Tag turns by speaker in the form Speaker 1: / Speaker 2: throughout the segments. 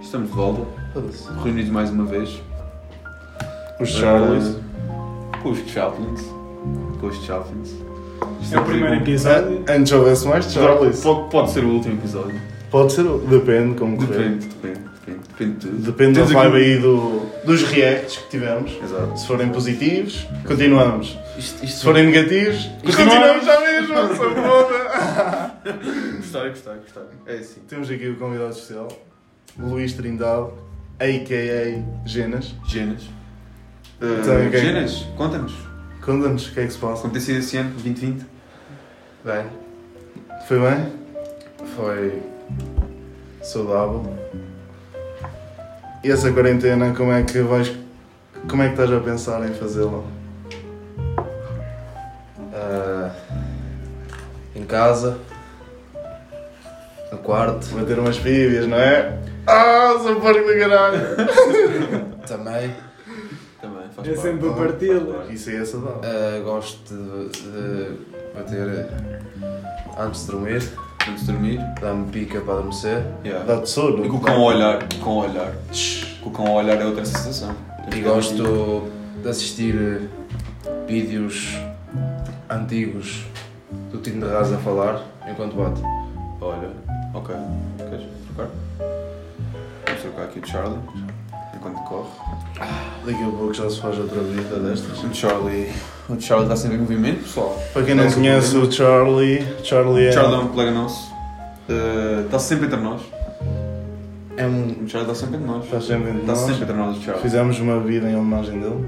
Speaker 1: Estamos de volta,
Speaker 2: Foda-se.
Speaker 1: reunidos mais uma vez.
Speaker 2: Os Charlies.
Speaker 1: Ah, com os Chaplins. Com os Chaplins. Isto é
Speaker 3: É o primeiro
Speaker 1: tipo-
Speaker 3: episódio.
Speaker 2: Ah, Antes houvesse mais Charlies.
Speaker 1: Pode, pode ser o último episódio.
Speaker 2: Pode ser, depende como correr.
Speaker 1: Depende, depende, depende, depende de tudo.
Speaker 2: Depende da
Speaker 1: Temos aqui-
Speaker 2: vibe aí do, dos reacts que tivemos.
Speaker 1: Exato.
Speaker 2: Se forem positivos, continuamos.
Speaker 1: Isto, isto
Speaker 2: Se forem negativos, continuamos à mesma, sou foda.
Speaker 1: Gostei, gostei, gostei. É assim.
Speaker 2: Temos aqui o convidado especial, Luís Trindade, a.k.a. Genas.
Speaker 1: Genas.
Speaker 2: Então,
Speaker 1: Uh,
Speaker 2: ok.
Speaker 1: Genas, conta-nos.
Speaker 2: Conta-nos o que é que se passa.
Speaker 1: Aconteceu esse ano, 2020.
Speaker 2: Bem, foi bem? Foi saudável. E essa quarentena, como é que vais. Como é que estás a pensar em fazê-la?
Speaker 4: Ah, em casa, no quarto
Speaker 2: Bater umas bíblias, não é? Ah, sou porco do caralho!
Speaker 4: também.
Speaker 1: Também, faz
Speaker 3: É
Speaker 1: parte.
Speaker 3: sempre a partilha.
Speaker 2: Isso aí é saudável.
Speaker 4: Ah, gosto de, de bater antes de dormir,
Speaker 1: Antes de dormir.
Speaker 4: dá-me pica para adormecer.
Speaker 1: Yeah.
Speaker 2: Dá-te sono.
Speaker 1: E com o cão a olhar, com o olhar. Com o cão a olhar é outra sensação.
Speaker 4: E gosto de assistir vídeos antigos do Tino de Rasa a falar enquanto bato.
Speaker 1: Olha, ok. Queres trocar? Vamos trocar aqui o Charlie, enquanto corre.
Speaker 2: Daqui a pouco já se faz outra vida destas.
Speaker 1: O Um Charlie, o Charlie está sempre em movimento, pessoal.
Speaker 2: Para quem não
Speaker 1: Nosso
Speaker 2: conhece o Charlie, Charlie é.
Speaker 1: O Charlie é um colega nosso. Uh, está sempre entre nós.
Speaker 4: É um.
Speaker 1: O Charlie está sempre entre nós.
Speaker 2: Está sempre entre
Speaker 1: Está
Speaker 2: nós.
Speaker 1: sempre entre nós, o Charlie.
Speaker 2: Fizemos uma vida em homenagem dele,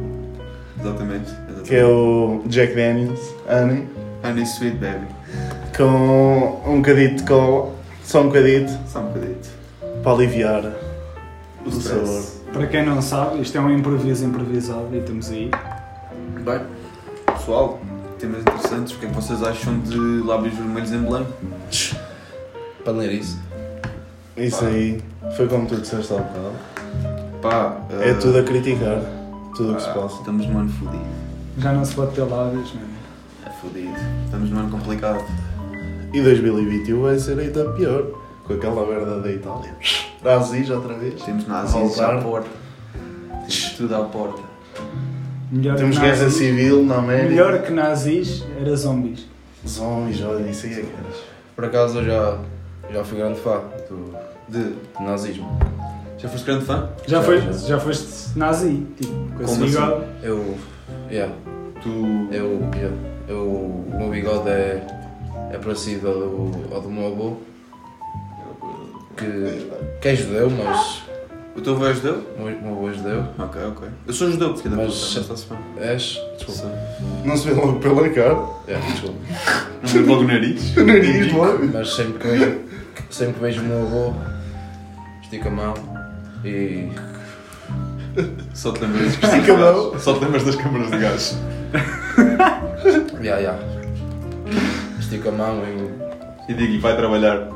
Speaker 1: Exatamente. exatamente.
Speaker 2: que é o Jack Daniels, Annie,
Speaker 1: Honey Sweet Baby.
Speaker 2: com um bocadito de cola, só um bocadito,
Speaker 1: Só um bocadito.
Speaker 2: para aliviar o,
Speaker 1: O
Speaker 2: sabor.
Speaker 1: stress.
Speaker 3: Para quem não sabe, isto é um improviso improvisado e estamos aí.
Speaker 1: Bem, pessoal, temas interessantes. O que é que vocês acham de lábios vermelhos em Belém?
Speaker 4: Para ler isso.
Speaker 2: Isso
Speaker 1: Pá.
Speaker 2: aí, foi como tu disseste há bocado.
Speaker 1: Pá, uh,
Speaker 2: É tudo a criticar, tudo o que se
Speaker 1: pá,
Speaker 2: passa.
Speaker 1: Estamos num ano fodido.
Speaker 3: Já não se pode ter lábios, mano.
Speaker 1: É fodido. Estamos num ano complicado.
Speaker 2: E 2021 vai ser ainda pior, com aquela merda da Itália. Razis outra vez.
Speaker 1: Temos nazis
Speaker 2: Voltar.
Speaker 1: à porta. Temos tudo à porta.
Speaker 3: Melhor
Speaker 2: Temos
Speaker 3: que nazis,
Speaker 2: guerra
Speaker 1: assim,
Speaker 2: civil é? na América.
Speaker 3: Melhor que nazis era zombies.
Speaker 2: Zombies, olha, isso aí é que eras.
Speaker 4: Por acaso eu já, já fui grande fã do,
Speaker 1: De.
Speaker 4: do nazismo.
Speaker 1: Já foste grande fã?
Speaker 3: Já,
Speaker 4: Já,
Speaker 3: foste,
Speaker 4: já.
Speaker 3: já foste nazi, tipo, com esse
Speaker 1: Como assim?
Speaker 3: bigode.
Speaker 4: Eu. Yeah,
Speaker 1: Tu.
Speaker 4: eu, yeah, eu o meu bigode é, é parecido ao do, ao do meu avô, que, que é judeu, mas
Speaker 1: O teu avô é judeu?
Speaker 4: o meu o meu avô é judeu.
Speaker 1: Ok, ok. Eu sou judeu, porque é da puta.
Speaker 4: Mas-
Speaker 1: Está-se bem.
Speaker 4: És? Desculpa.
Speaker 2: Não se vê logo pela cara.
Speaker 4: Yeah, desculpa.
Speaker 1: Não vejo logo o nariz.
Speaker 2: O nariz, logo.
Speaker 4: Mas sempre que vejo, que- sempre que vejo o meu avô, estico a mão e.
Speaker 1: Só te lembras das
Speaker 2: Ai, cabrão.
Speaker 1: Só te lembras das câmaras de gás.
Speaker 4: Yeah, yeah. Estico a mão e.
Speaker 1: E digo-lhe, vai trabalhar.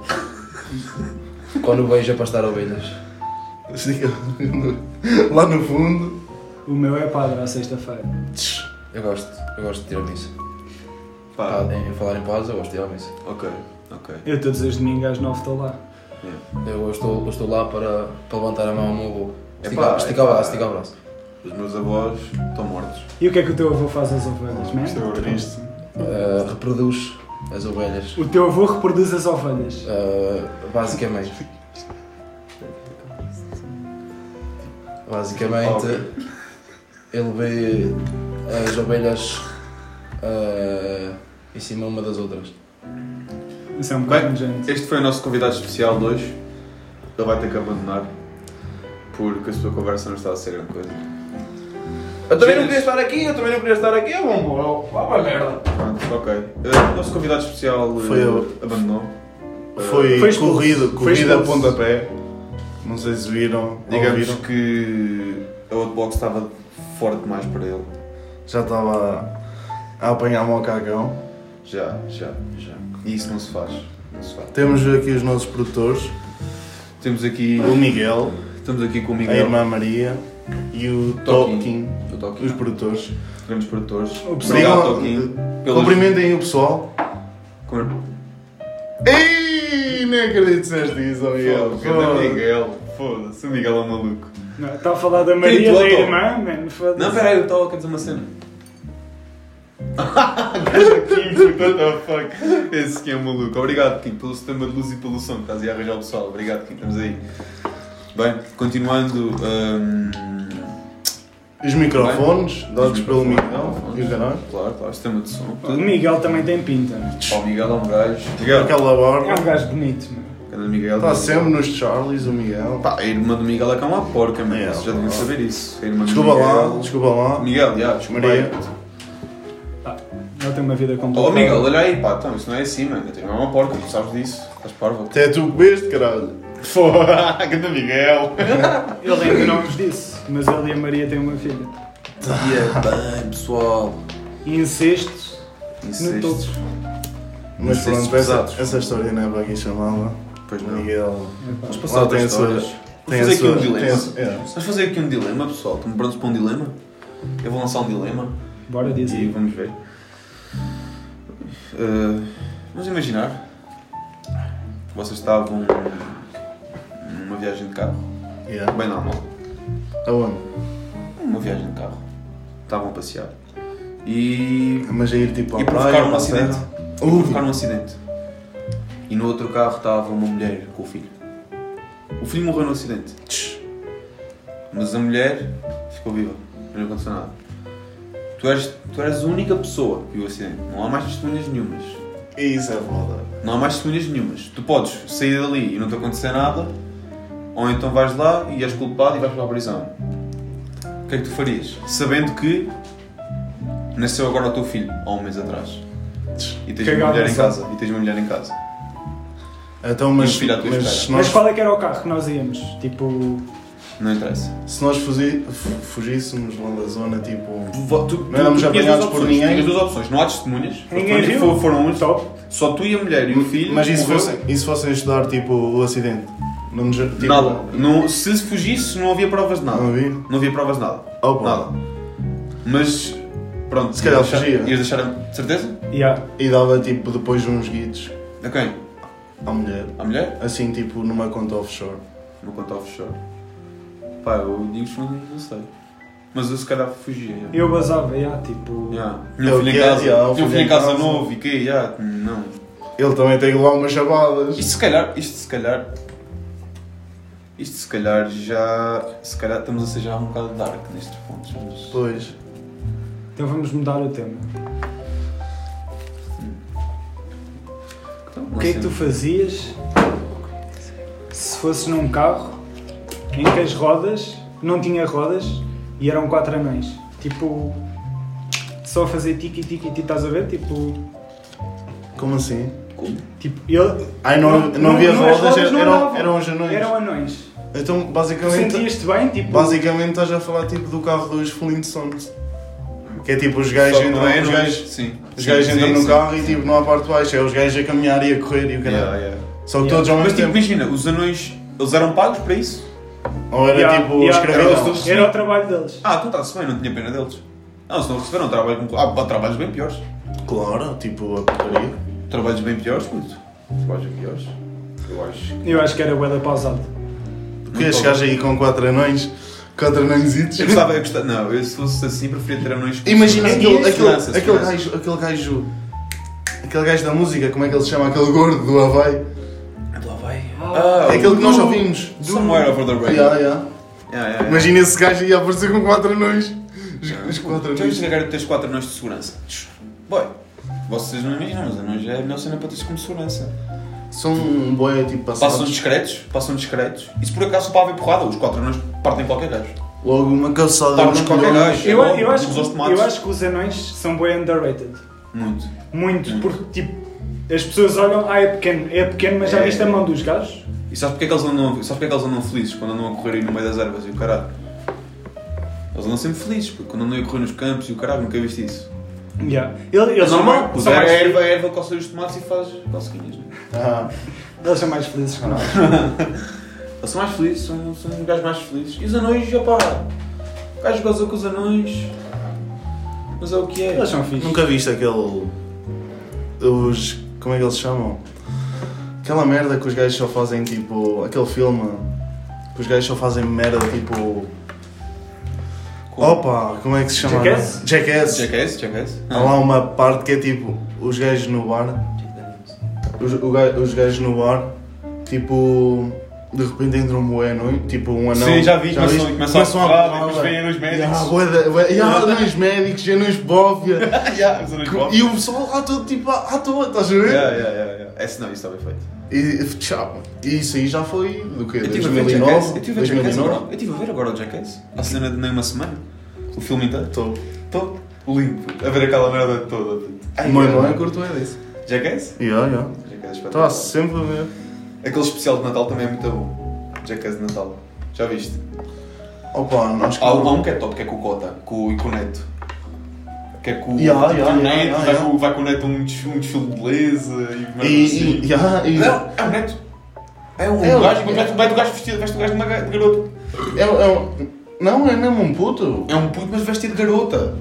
Speaker 4: Quando vejo é para estar ovelhas.
Speaker 2: Lá no fundo.
Speaker 3: O meu é padre à sexta-feira.
Speaker 4: Eu gosto, eu gosto de tirar missa.
Speaker 1: Pá.
Speaker 4: Pá, em, em falar em paz, eu gosto de tirar missa.
Speaker 1: Ok, ok.
Speaker 3: Eu todos os domingos às nove estou lá.
Speaker 4: Eu estou, eu estou lá para, para levantar a mão ao meu avô.
Speaker 1: Epá,
Speaker 4: Estica, estica o
Speaker 1: epá.
Speaker 4: braço, estica o braço.
Speaker 1: Os meus avós estão mortos.
Speaker 3: E o que é que o teu avô faz às ovelhas, man?
Speaker 1: Agora
Speaker 2: Triste.
Speaker 4: Uh, reproduz as ovelhas.
Speaker 3: O teu avô reproduz as ovelhas.
Speaker 4: Uh, basicamente. Basicamente, ele vê as ovelhas uh, em cima uma das outras.
Speaker 3: Isso é um bocado
Speaker 1: Bem,
Speaker 3: nojento.
Speaker 1: Este foi o nosso convidado especial de hoje. Ele vai ter que abandonar. Porque a sua conversa não está a ser grande coisa.
Speaker 4: Eu
Speaker 1: também não queria
Speaker 4: estar aqui, eu também não queria estar aqui, é eu vou Vá para merda.
Speaker 1: Pronto, ok. Eh, o nosso convidado especial eh,
Speaker 2: Foi eu.
Speaker 1: abandonou. Eh,
Speaker 2: Foi,
Speaker 3: Foi expulso.
Speaker 2: corrido,
Speaker 3: Foi
Speaker 2: corrida a
Speaker 3: expulso.
Speaker 2: pontapé. Não sei se viram.
Speaker 1: Digamos
Speaker 2: ouviram.
Speaker 1: que a Outbox estava forte demais para ele.
Speaker 2: Já estava a apanhar o cagão.
Speaker 1: Já, já, já. E isso não se faz. Não se faz.
Speaker 2: Temos aqui os nossos produtores:
Speaker 1: Temos aqui,
Speaker 2: o Miguel,
Speaker 1: estamos aqui com o
Speaker 2: a
Speaker 1: Miguel,
Speaker 2: irmã Maria e o
Speaker 1: Toquinho.
Speaker 2: Toquinho.
Speaker 1: do Toquinho,
Speaker 2: Os produtores.
Speaker 1: os grandes produtores.
Speaker 3: O pessoal-
Speaker 1: Obrigado,
Speaker 2: Digam-
Speaker 1: Toquinho. pelos-
Speaker 2: Cumprimentem o pessoal.
Speaker 1: Cor-
Speaker 2: Ei, nem acredito que disseste isso, ó Miguel.
Speaker 1: Foda-se, grande
Speaker 2: Foda-se.
Speaker 1: Miguel. Foda-se, o Miguel é um maluco.
Speaker 3: Não, Estava a falar da Maria,
Speaker 1: Título,
Speaker 3: da
Speaker 1: então.
Speaker 3: irmã, mano. Foda-se.
Speaker 1: Não, peraí, eu estava a dizer uma cena. tipo, What the fuck? Esse que é um maluco. Obrigado, Kim, pelo sistema de luz e pelo som que estás aí a arranjar o pessoal. Obrigado, Kim, estamos aí. Bem, continuando. hum,
Speaker 2: Os microfones, dados
Speaker 1: os
Speaker 2: pelo
Speaker 1: microfones,
Speaker 2: Miguel e
Speaker 1: microfones.
Speaker 2: o canal.
Speaker 1: Claro, claro, sistema de som.
Speaker 3: O
Speaker 1: tudo.
Speaker 3: Miguel também tem pinta. mano.
Speaker 1: Ó, O Miguel é um gajo. Miguel,
Speaker 2: Aquela
Speaker 3: É um
Speaker 2: borda.
Speaker 3: gajo bonito, mano.
Speaker 1: Cadê o Miguel?
Speaker 2: Está Tá sempre nos Charlies, o Miguel. Tá,
Speaker 1: Pá, a irmã do Miguel é que é uma porca, mano.
Speaker 2: É,
Speaker 1: Vocês já
Speaker 2: pá.
Speaker 1: deviam saber isso. A irmã do
Speaker 2: Desculpa
Speaker 1: Miguel-
Speaker 2: lá, desculpa lá.
Speaker 1: Miguel, já, desculpa
Speaker 2: Maria.
Speaker 1: aí.
Speaker 3: Ele tem uma vida complicada.
Speaker 1: Ó, Miguel, olha aí, pá, então, isso não é assim, mano. A tua irmã é uma porca, tu sabes disso. Estás parvo.
Speaker 2: Até tu comeste, caralho.
Speaker 1: Foda, grande Miguel.
Speaker 3: Ele ainda não nos disse, mas ele e a Maria têm uma filha.
Speaker 1: Yeah, bem, pessoal.
Speaker 3: Incesto.
Speaker 1: Insistes.
Speaker 3: todos.
Speaker 2: Mas
Speaker 1: Não sei se
Speaker 2: pronto, essa,
Speaker 1: pesados.
Speaker 2: essa história não é para aqui chamá-la.
Speaker 1: Pois não.
Speaker 2: Miguel.
Speaker 3: Epá.
Speaker 1: Vamos
Speaker 2: Lá
Speaker 1: passar outras
Speaker 2: tem a sua-
Speaker 1: histórias.
Speaker 2: Tem
Speaker 1: Vamos fazer
Speaker 2: a
Speaker 1: aqui um
Speaker 2: sua- tem a
Speaker 1: dilema.
Speaker 2: sua- é.
Speaker 1: Vamos fazer aqui um dilema, pessoal. Estão prontos para um dilema? Eu vou lançar um dilema
Speaker 3: Bora
Speaker 1: e
Speaker 3: dizer.
Speaker 1: vamos ver. Uh, vamos imaginar. Vocês estavam numa viagem de carro.
Speaker 2: Yeah.
Speaker 1: Bem normal.
Speaker 2: Aonde?
Speaker 1: Uma viagem de carro. Estavam a passear. E.
Speaker 2: Mas a ir tipo à
Speaker 1: E
Speaker 2: praia.
Speaker 1: provocaram um
Speaker 2: para a
Speaker 1: acidente.
Speaker 2: serra?
Speaker 1: Provocaram um acidente. E no outro carro estava uma mulher com o filho. O filho morreu no acidente. Mas a mulher ficou viva. Não aconteceu nada. Tu eras, tu eras a única pessoa que viu o acidente. Não há mais testemunhas nenhumas.
Speaker 2: Isso é foda.
Speaker 1: Não há mais testemunhas nenhumas. Tu podes sair dali e não te acontecer nada, ou então vais lá e és culpado e vais para a prisão. O que é que tu farias? Sabendo que nasceu agora o teu filho, há um mês atrás. E tens uma
Speaker 3: Cagava
Speaker 1: mulher em
Speaker 3: só.
Speaker 1: casa. E tens uma mulher em casa.
Speaker 2: Então, mas,
Speaker 1: E o filho à tua
Speaker 2: mas
Speaker 1: espera.
Speaker 2: se
Speaker 3: Mas
Speaker 2: nós,
Speaker 3: qual é que era o carro que nós íamos? Tipo.
Speaker 1: Não interessa.
Speaker 2: se nós fugi, fu- fugíssemos lá da zona, tipo.
Speaker 1: Tu, tu,
Speaker 2: Não éramos
Speaker 1: tu tinhas
Speaker 2: apanhados
Speaker 1: duas
Speaker 2: por
Speaker 1: opções,
Speaker 2: ninguém. Então-
Speaker 1: Tinhas duas opções. Não há testemunhas. Os
Speaker 3: Ninguém
Speaker 1: testemunhas
Speaker 3: viu.
Speaker 1: fo- Foram uns.
Speaker 3: Top.
Speaker 1: Só tu e a mulher e o filho.
Speaker 2: Mas e se
Speaker 1: morreu.
Speaker 2: fossem, e se fossem estudar, tipo, o acidente? Não nos. Tipo,
Speaker 1: Nada. Não, se fugisse, não havia provas de nada.
Speaker 2: Não havia?
Speaker 1: Não havia provas de nada.
Speaker 2: Opa.
Speaker 1: Nada. Mas, pronto.
Speaker 2: Se calhar
Speaker 1: ias deixar-
Speaker 2: fugia.
Speaker 1: Ias deixar a... de certeza?
Speaker 3: Yeah.
Speaker 2: E dava, tipo, depois uns guides
Speaker 1: A quem?
Speaker 2: à mulher.
Speaker 1: À mulher?
Speaker 2: Assim, tipo, numa conta offshore.
Speaker 1: No conto offshore. Pá, eu digo que não, não sei. Mas eu se calhar fugia. já.
Speaker 3: Eu basava, yeah, tipo.
Speaker 1: Já. Tinha
Speaker 2: É o
Speaker 1: um filho
Speaker 2: que
Speaker 1: em
Speaker 2: é,
Speaker 1: casa.
Speaker 2: já, o
Speaker 1: Tinha um
Speaker 2: filho
Speaker 1: filho
Speaker 2: em
Speaker 1: em casa
Speaker 2: casa.
Speaker 1: novo e que, já, não.
Speaker 2: Ele também tem lá umas chabadas.
Speaker 1: Isto se calhar, isto se calhar. Isto se calhar já. Se calhar estamos a ser já um bocado dark nestes pontos. Mas...
Speaker 2: Pois.
Speaker 3: Então vamos mudar o tema.
Speaker 1: Então,
Speaker 3: O que é que tu fazias se fosses num carro em que as rodas não tinha rodas e eram quatro anões? Tipo, só fazer tiki tiki tiki, estás a ver? Tipo,
Speaker 2: Como assim?
Speaker 1: Como?
Speaker 3: tipo ele.
Speaker 2: Ai, não, não, havia
Speaker 3: as
Speaker 2: rodas,
Speaker 3: não
Speaker 2: eram,
Speaker 3: andavam.
Speaker 2: eram os anões.
Speaker 3: Eram anões.
Speaker 2: Então, basicamente,
Speaker 3: Sentias-te bem? Tipo,
Speaker 2: basicamente estás a falar, tipo, do carro dos Flintstones. Que é tipo, os gajos
Speaker 1: Só que não
Speaker 2: entram,
Speaker 1: é,
Speaker 2: os
Speaker 1: não é?
Speaker 2: gajos,
Speaker 1: Sim.
Speaker 2: os
Speaker 1: Sim,
Speaker 2: gajos
Speaker 1: sim,
Speaker 2: entram no
Speaker 1: sim.
Speaker 2: carro e, tipo, não há parte baixa. É os gajos a caminhar e a correr e o caralho.
Speaker 1: Yeah, yeah.
Speaker 2: Só que
Speaker 3: Yeah.
Speaker 2: todos ao
Speaker 1: Mas
Speaker 2: mesmo
Speaker 1: tipo,
Speaker 2: tempo.
Speaker 1: imagina, os anões, eles eram pagos para isso?
Speaker 2: Ou era,
Speaker 3: Yeah,
Speaker 2: tipo,
Speaker 3: yeah.
Speaker 1: Eram os
Speaker 2: escravidão.
Speaker 1: dois.
Speaker 3: era o trabalho deles.
Speaker 1: Ah, então está-se bem, não tinha pena deles. Não, se não receberam trabalho com. Ah, há trabalhos bem piores.
Speaker 2: Claro, tipo, a putaria.
Speaker 1: Trabalhos bem piores, puto. Trabalhos bem piores. Eu acho.
Speaker 3: Eu acho que era bué da pausado.
Speaker 2: Porque chegares aí com quatro anões, quatro anãozitos.
Speaker 1: Eu gostava, eu gostava. Não, eu se fosse assim, preferia ter anões com
Speaker 2: Imagina
Speaker 1: segurança.
Speaker 2: aquele, aquele,
Speaker 1: Segurança,
Speaker 2: aquele
Speaker 1: segurança.
Speaker 2: gajo, aquele gajo, aquele gajo da música, como é que ele se chama? Aquele gordo do Havaí.
Speaker 1: Lá vai.
Speaker 3: Ah,
Speaker 1: Ah,
Speaker 2: É aquele que
Speaker 1: o-
Speaker 2: nós ouvimos.
Speaker 1: Somewhere over the rainbow.
Speaker 2: Yeah, yeah.
Speaker 1: Yeah, yeah, yeah.
Speaker 2: Imagina esse gajo ia aparecer com quatro anões. Os, os quatro
Speaker 1: Tu vais
Speaker 2: anões.
Speaker 1: cagar teres 4 anões de segurança. Boy, vocês não imaginam, mas anões é a melhor cena para teres como segurança.
Speaker 2: São um boia tipo
Speaker 1: Passam
Speaker 2: passados.
Speaker 1: discretos, passam discretos. E se por acaso para haver porrada, os 4 anões partem qualquer gajo.
Speaker 2: Logo uma caçada
Speaker 1: Partes
Speaker 2: nos
Speaker 1: qualquer
Speaker 2: colhões.
Speaker 1: gajo.
Speaker 3: Eu,
Speaker 1: Bom,
Speaker 3: eu, acho
Speaker 1: os
Speaker 3: que,
Speaker 1: automatos.
Speaker 3: eu acho que os anões são bué underrated.
Speaker 1: Muito.
Speaker 3: Muito, porque tipo, as pessoas olham, ah, é pequeno, é pequeno, mas já
Speaker 1: É.
Speaker 3: viste a mão dos gajos?
Speaker 1: E sabes porque é que eles andam, sabes porque é que eles andam felizes quando andam a correr aí no meio das ervas e o caralho? Eles andam sempre felizes, porque quando andam a correr nos campos e o caralho, nunca viste isso.
Speaker 3: Yeah. Ele- Eles, são mais-
Speaker 1: Puto,
Speaker 3: são
Speaker 1: a
Speaker 3: mais
Speaker 1: erva, a erva coça os tomates e faz cosquinhas, né?
Speaker 2: Ah,
Speaker 3: Eles são mais felizes que nós.
Speaker 1: Eles são mais felizes, são, são os gajos mais felizes. E os anões, opá, o gajo goza com os anões, mas é o que é.
Speaker 3: Eles são fixos.
Speaker 2: nunca viste aquele. Os. Como é que eles se chamam? Aquela merda que os gajos só fazem tipo. Aquele filme que os gajos só fazem merda tipo. Opa, como é que se chama?
Speaker 3: Jackass?
Speaker 2: Jackass.
Speaker 1: Jackass, Jackass.
Speaker 2: Há lá uma parte que é tipo, os gajos no bar, os, o ga- os gajos no bar, tipo, de repente entram um bué à noite, tipo um anão.
Speaker 1: Sim, já vi, começam-
Speaker 2: viste?
Speaker 1: começam a porrada, depois
Speaker 2: porrada.
Speaker 1: vêm os médicos.
Speaker 2: Ya, bué da- bué- ya, anões médicos, anões bófia.
Speaker 1: Yeah, mas eu não gosto.
Speaker 2: e o pessoal lá todo tipo à, à toa, estás a ver?
Speaker 1: Yeah, yeah, yeah, yeah. Essa não, isso está bem feito.
Speaker 2: E, tchau. E isso aí já foi do quê?
Speaker 1: Eu tive a ver Jackass.
Speaker 2: 2009?
Speaker 1: Eu tive a ver Jackass
Speaker 2: 2009?
Speaker 1: agora. Eu tive a ver agora o Jackass. Há cena de nem uma semana. O filme inteiro.
Speaker 2: Estou.
Speaker 1: Estou limpo. A ver aquela merda toda. tipo, Ai,
Speaker 2: Mãe, não é? Tá,
Speaker 1: cara.
Speaker 2: Curto é disso.
Speaker 1: Jackass?
Speaker 2: Ya, ya.
Speaker 1: Jackass
Speaker 2: Está
Speaker 1: espetacular.
Speaker 2: sempre a ver.
Speaker 1: Aquele especial de Natal também é muito bom. Jackass de Natal. Já viste?
Speaker 2: Opa, nós
Speaker 1: Há um há um que é top, que é com o Cota com, e com o Neto. Que é com, o-
Speaker 2: Ya,
Speaker 1: com
Speaker 2: ya,
Speaker 1: o
Speaker 2: ya,
Speaker 1: Neto,
Speaker 2: ya,
Speaker 1: vai,
Speaker 2: ya.
Speaker 1: Com, vai com o Neto a um, des- um desfile de beleza e merda
Speaker 2: E, e,
Speaker 1: assim.
Speaker 2: ya, e-
Speaker 1: Não, é o Neto. É um
Speaker 2: É o-
Speaker 1: gajo, mas veste- vai do gajo vestido, veste o gajo de uma ga- de garoto.
Speaker 2: É, um- é um- não, é mesmo um puto.
Speaker 1: É um puto, mas vestido de garota.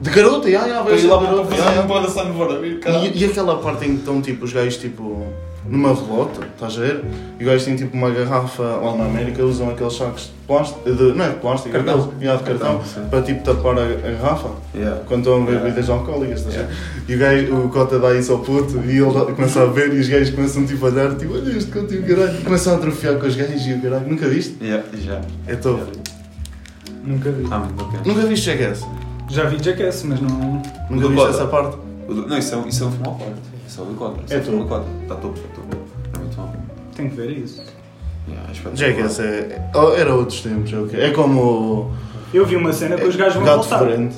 Speaker 2: De garota, já, já,
Speaker 1: Vai
Speaker 2: vejo
Speaker 1: lá
Speaker 2: de
Speaker 1: para
Speaker 2: garota.
Speaker 1: fazer
Speaker 2: já,
Speaker 1: um
Speaker 2: já.
Speaker 1: pó dançar no bordo.
Speaker 2: E, e aquela parte em que estão tipo os gajos tipo numa relota, estás a ver? E o gajo tem tipo uma garrafa lá na América, usam aqueles sacos de plástico, de, não é de plástico,
Speaker 1: Cartão.
Speaker 2: aqueles, já, de cartão,
Speaker 1: Cartão, sim.
Speaker 2: para tipo tapar a, a garrafa
Speaker 1: Yeah.
Speaker 2: quando estão a beber
Speaker 1: Yeah.
Speaker 2: bebidas alcoólicas, estás a ver? E o gajo, o Cota dá isso ao puto e ele dá- começa a ver e os gajos começam tipo a olhar, tipo, olha este Cota e o caralho, começam a atrofiar com os gajos e o caralho, nunca viste?
Speaker 1: Yeah, já.
Speaker 2: É top.
Speaker 3: Nunca vi.
Speaker 1: Ah, muito bacana.
Speaker 2: Nunca viste Jackass?
Speaker 3: Já vi Jackass, mas não.
Speaker 2: Nunca
Speaker 1: Do
Speaker 2: viste
Speaker 1: Cota.
Speaker 2: essa parte?
Speaker 1: O do- Não, isso é, isso é um filme à parte. Isso é o do Cota. Isso
Speaker 2: É
Speaker 1: o filme
Speaker 2: tu.
Speaker 1: do Cota. Está top, está top. É muito bom.
Speaker 3: Tenho que ver isso.
Speaker 1: Yeah, é espetacular.
Speaker 2: Jackass é. oh, Era outros tempos, é o quê? É como.
Speaker 3: Eu vi uma cena É que os gajos vão
Speaker 2: Gato
Speaker 3: voltar.
Speaker 2: Fedorento.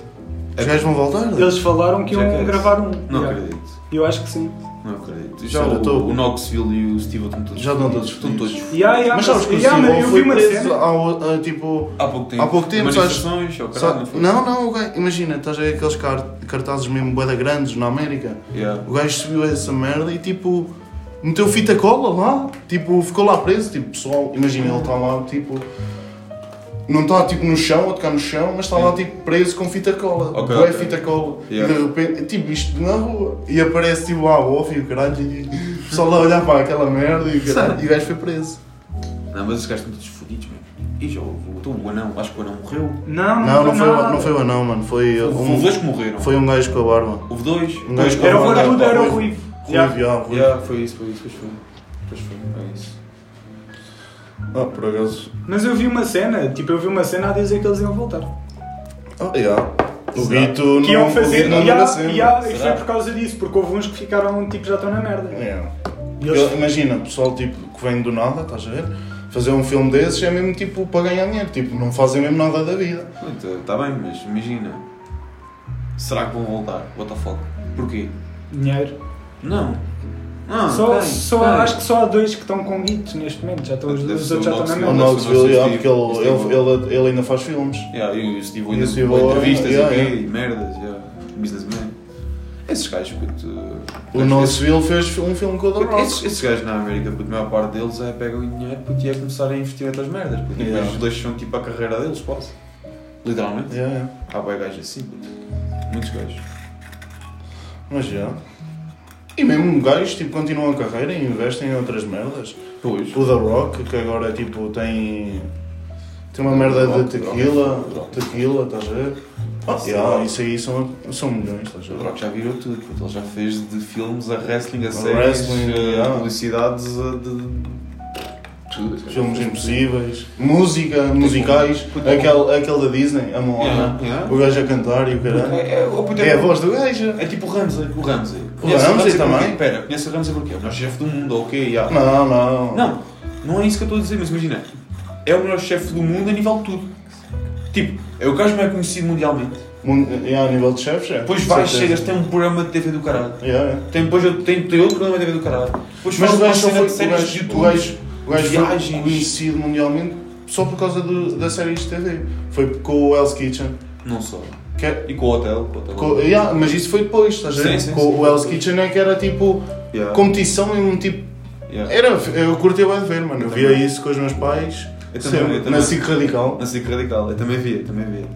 Speaker 1: É
Speaker 2: Os gajos vão voltar?
Speaker 3: Eles falaram que iam
Speaker 1: Jackass.
Speaker 3: gravar um.
Speaker 1: é Não
Speaker 3: Yeah.
Speaker 1: acredito.
Speaker 3: Eu acho que sim.
Speaker 1: Não acredito. Já
Speaker 2: Sério,
Speaker 1: o,
Speaker 2: tô-
Speaker 1: o Knoxville e o Steve estão todos.
Speaker 2: é Já estão todos
Speaker 1: Estão todos.
Speaker 2: fodidos.
Speaker 3: Yeah, yeah,
Speaker 2: Mas sabes que o
Speaker 3: yeah,
Speaker 2: Simon
Speaker 3: mas eu vi
Speaker 2: foi
Speaker 3: uma
Speaker 2: preso
Speaker 3: cena.
Speaker 2: ao, a, tipo.
Speaker 1: Há pouco tempo.
Speaker 2: Há pouco tempo,
Speaker 1: manifestações, ou
Speaker 2: só-
Speaker 1: caralho, não foi?
Speaker 2: Não, não, o gajo- imagina, estás a ver aqueles car- cartazes mesmo boeda grandes na América.
Speaker 1: Yeah.
Speaker 2: O gajo subiu essa merda e tipo. Meteu fita cola lá, tipo, ficou lá preso, tipo, pessoal, imagina, ele está lá, tipo, não está, tipo, no chão, a tocar no chão, mas está lá, tipo, preso com fita cola,
Speaker 1: Ok,
Speaker 2: Bué
Speaker 1: ok.
Speaker 2: fita cola,
Speaker 1: Yeah.
Speaker 2: e de repente, tipo, isto na rua, e aparece, tipo, lá, o off e o caralho, e o pessoal lá a olhar para aquela merda e o caralho, e o gajo foi preso.
Speaker 1: Não, mas os gajos estão todos fodidos, mano. E já houve. Então o anão, acho que o anão morreu.
Speaker 3: Não,
Speaker 2: Não, não foi, o-
Speaker 3: nada.
Speaker 2: não foi o anão, mano, foi
Speaker 1: Houve dois
Speaker 2: um,
Speaker 1: que morreram.
Speaker 2: foi um gajo com a barba.
Speaker 1: Houve dois.
Speaker 2: Um
Speaker 1: dois
Speaker 2: gajo
Speaker 1: que
Speaker 3: Era o
Speaker 2: Não, não,
Speaker 3: barbudo,
Speaker 2: não,
Speaker 3: era o
Speaker 2: não.
Speaker 3: ruivo. Yeah.
Speaker 2: Ruivo, yeah, ruivo.
Speaker 1: Yeah, foi isso, foi isso, pois foi. Pois foi, é isso.
Speaker 2: Ah, por acaso.
Speaker 3: Mas eu vi uma cena, tipo, eu vi uma cena a dizer que eles iam voltar.
Speaker 2: Ah, yeah. é um O
Speaker 1: Será?
Speaker 2: Bito não,
Speaker 3: que iam
Speaker 2: o
Speaker 3: fazer.
Speaker 2: Bito não
Speaker 3: e
Speaker 2: dura
Speaker 3: há-
Speaker 2: sempre.
Speaker 3: e há- e foi
Speaker 1: Será?
Speaker 3: por causa disso, porque houve uns que ficaram, tipo, já estão na merda.
Speaker 2: Yeah.
Speaker 3: E eles-
Speaker 2: É. Eu- imagina, pessoal tipo, que vem do nada, estás a ver? Fazer um filme desses é mesmo tipo para ganhar dinheiro, tipo, não fazem mesmo nada da vida.
Speaker 1: Está tá bem, mas imagina. Será que vão voltar? What the fuck? Porquê?
Speaker 3: Dinheiro.
Speaker 1: Não. Ah, Não,
Speaker 3: só,
Speaker 1: tem,
Speaker 3: só-
Speaker 1: tem.
Speaker 3: Acho que só há dois que estão com guitos neste momento, já estão, os,
Speaker 1: Deve
Speaker 3: os
Speaker 1: ser
Speaker 3: outros já
Speaker 1: o
Speaker 3: estão na
Speaker 1: Knoxville.
Speaker 2: O
Speaker 1: Não, não,
Speaker 3: merda.
Speaker 1: não,
Speaker 2: Knoxville,
Speaker 1: não,
Speaker 2: yeah,
Speaker 1: Steve,
Speaker 2: porque ele,
Speaker 1: Steve.
Speaker 2: ele, ele, ele ainda faz filmes.
Speaker 1: Yeah, e o Steve
Speaker 2: E o
Speaker 1: Williams
Speaker 2: Steve
Speaker 1: com entrevistas
Speaker 2: Williams,
Speaker 1: e
Speaker 2: yeah,
Speaker 1: quê? e merdas, yeah. businessman. Esses gajos, puto,
Speaker 2: O
Speaker 1: esses-
Speaker 2: Knoxville fez um filme com o The
Speaker 1: puto,
Speaker 2: Rock.
Speaker 1: esses, esses gajos na América, puto, a maior parte deles é pegam em dinheiro puto, e é começar a investir outras merdas. Puto, e
Speaker 2: Yeah.
Speaker 1: depois deixam tipo a carreira deles, quase. Literalmente.
Speaker 2: Yeah, yeah.
Speaker 1: Há bem gajos assim, puto. Muitos gajos.
Speaker 2: Mas já. E mesmo gajos tipo, continuam a carreira e investem em outras merdas.
Speaker 1: Pois.
Speaker 2: O The Rock, que agora tipo tem. Tem uma merda de tequila, tequila, estás a ver? Ah, yeah, isso aí são, são milhões, estás a
Speaker 1: O
Speaker 2: ver?
Speaker 1: Rock já virou tudo, puto. ele já fez de filmes a wrestling, a séries,
Speaker 2: wrestling,
Speaker 1: a
Speaker 2: yeah.
Speaker 1: publicidades, a de... Tudo. esse gajo.
Speaker 2: Filmes impossíveis, música, musicais,
Speaker 1: Puta.
Speaker 2: aquele, aquele da Disney, a Moana,
Speaker 1: Yeah, yeah.
Speaker 2: o gajo a cantar e o caralho.
Speaker 1: É, é, oh, puto, é-
Speaker 2: É a voz do gajo.
Speaker 1: É tipo o Ramsey. O Ramsey.
Speaker 2: Ramsey também?
Speaker 1: Espera, conhece o Ramsey porquê? É o melhor chefe do mundo, ok? Yeah.
Speaker 2: Não, não.
Speaker 1: Não, não é isso que eu estou a dizer, mas imagina. É o melhor chefe do mundo a nível de tudo. Tipo, é o gajo mais conhecido mundialmente.
Speaker 2: Mun- yeah, a nível de chefes, é.
Speaker 1: Depois
Speaker 2: de
Speaker 1: vai,
Speaker 2: certeza.
Speaker 1: chegas, tem um programa de TV do caralho.
Speaker 2: Yeah, yeah.
Speaker 1: Tem, depois eu- tem, tem outro programa de TV do caralho. Depois
Speaker 2: Mas
Speaker 1: faz
Speaker 2: o
Speaker 1: uma
Speaker 2: gajo só
Speaker 1: cena
Speaker 2: foi
Speaker 1: de
Speaker 2: o
Speaker 1: séries de
Speaker 2: gajo, o
Speaker 1: YouTube.
Speaker 2: gajo, o gajo foi
Speaker 1: Viagens.
Speaker 2: conhecido mundialmente só por causa do, da série de TV. Foi com o Hell's Kitchen.
Speaker 1: Não só.
Speaker 2: Que é-
Speaker 1: E com o hotel. Com o hotel.
Speaker 2: com- yeah, mas isso foi depois, estás a ver?
Speaker 1: Sim, sim,
Speaker 2: Com
Speaker 1: sim.
Speaker 2: o Hell's Kitchen é que era tipo
Speaker 1: Yeah.
Speaker 2: competição e um tipo.
Speaker 1: Yeah.
Speaker 2: Era, eu curti bem de ver, mano. Eu,
Speaker 1: Eu
Speaker 2: via
Speaker 1: também.
Speaker 2: isso com os meus pais.
Speaker 1: Eu também,
Speaker 2: sempre,
Speaker 1: eu também.
Speaker 2: na SIC Radical.
Speaker 1: Não sei que radical. Eu também via, também via.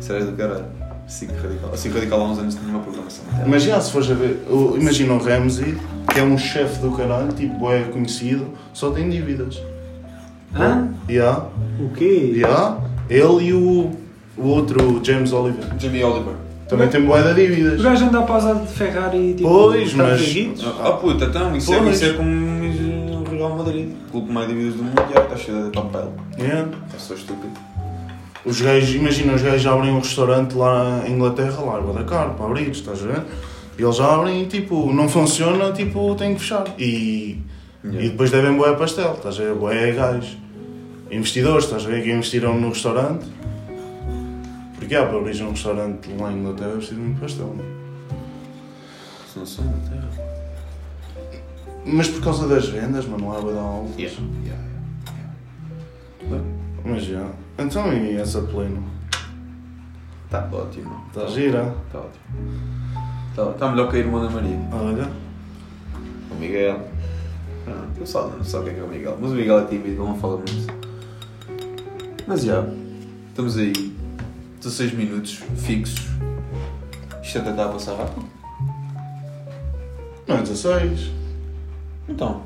Speaker 1: Séries do caralho. Psico Radical. Psico Radical há uns anos tinha uma programação.
Speaker 2: Imagina se fores a ver, o- imagina o Ramsey, que é um chefe do caralho, tipo, é conhecido, só tem dívidas.
Speaker 3: Hã?
Speaker 2: Yeah,
Speaker 3: O quê?
Speaker 2: yeah. Ele e o, o outro, James Oliver,
Speaker 1: Jimmy Oliver.
Speaker 2: também tem boé de
Speaker 3: O
Speaker 2: dívidas.
Speaker 3: gajo anda a pausar de Ferrari e tipo.
Speaker 2: Pois,
Speaker 3: está
Speaker 2: mas-
Speaker 3: perdido.
Speaker 1: Ah, puta, então, isso, é,
Speaker 2: Pois.
Speaker 1: isso é como o Real Madrid. O clube mais dívidas do mundo, já está cheio de papel.
Speaker 2: Yeah.
Speaker 1: É só estúpido.
Speaker 2: Os gajos, imagina, os gajos abrem um restaurante lá em Inglaterra, lá em da caro, para abrir, estás a ver? E eles abrem e tipo, não funciona, tipo, tem que fechar. E,
Speaker 1: Yeah.
Speaker 2: e depois devem boé pastel, estás a ver? Boé gajos. Investidores, estás a ver? Que investiram no restaurante. Porque há para abrir um restaurante lá em Inglaterra, é preciso muito pastel. não é?
Speaker 1: Se não são, não tem razão.
Speaker 2: Mas por causa das vendas, mano, lá vai dar algo. Mas já. Então e essa pleno?
Speaker 1: Tá ótimo.
Speaker 2: Está gira?
Speaker 1: Tá ótimo. Tá, tá melhor que a irmã da Maria.
Speaker 2: Olha.
Speaker 1: O Miguel. Ah, o pessoal não sabe o que é, que é o Miguel. Mas o Miguel é tímido, não fala muito. Mas já. Estamos aí. 16 minutos fixos. Isto até está a passar rápido.
Speaker 2: Não é 16?
Speaker 1: Então.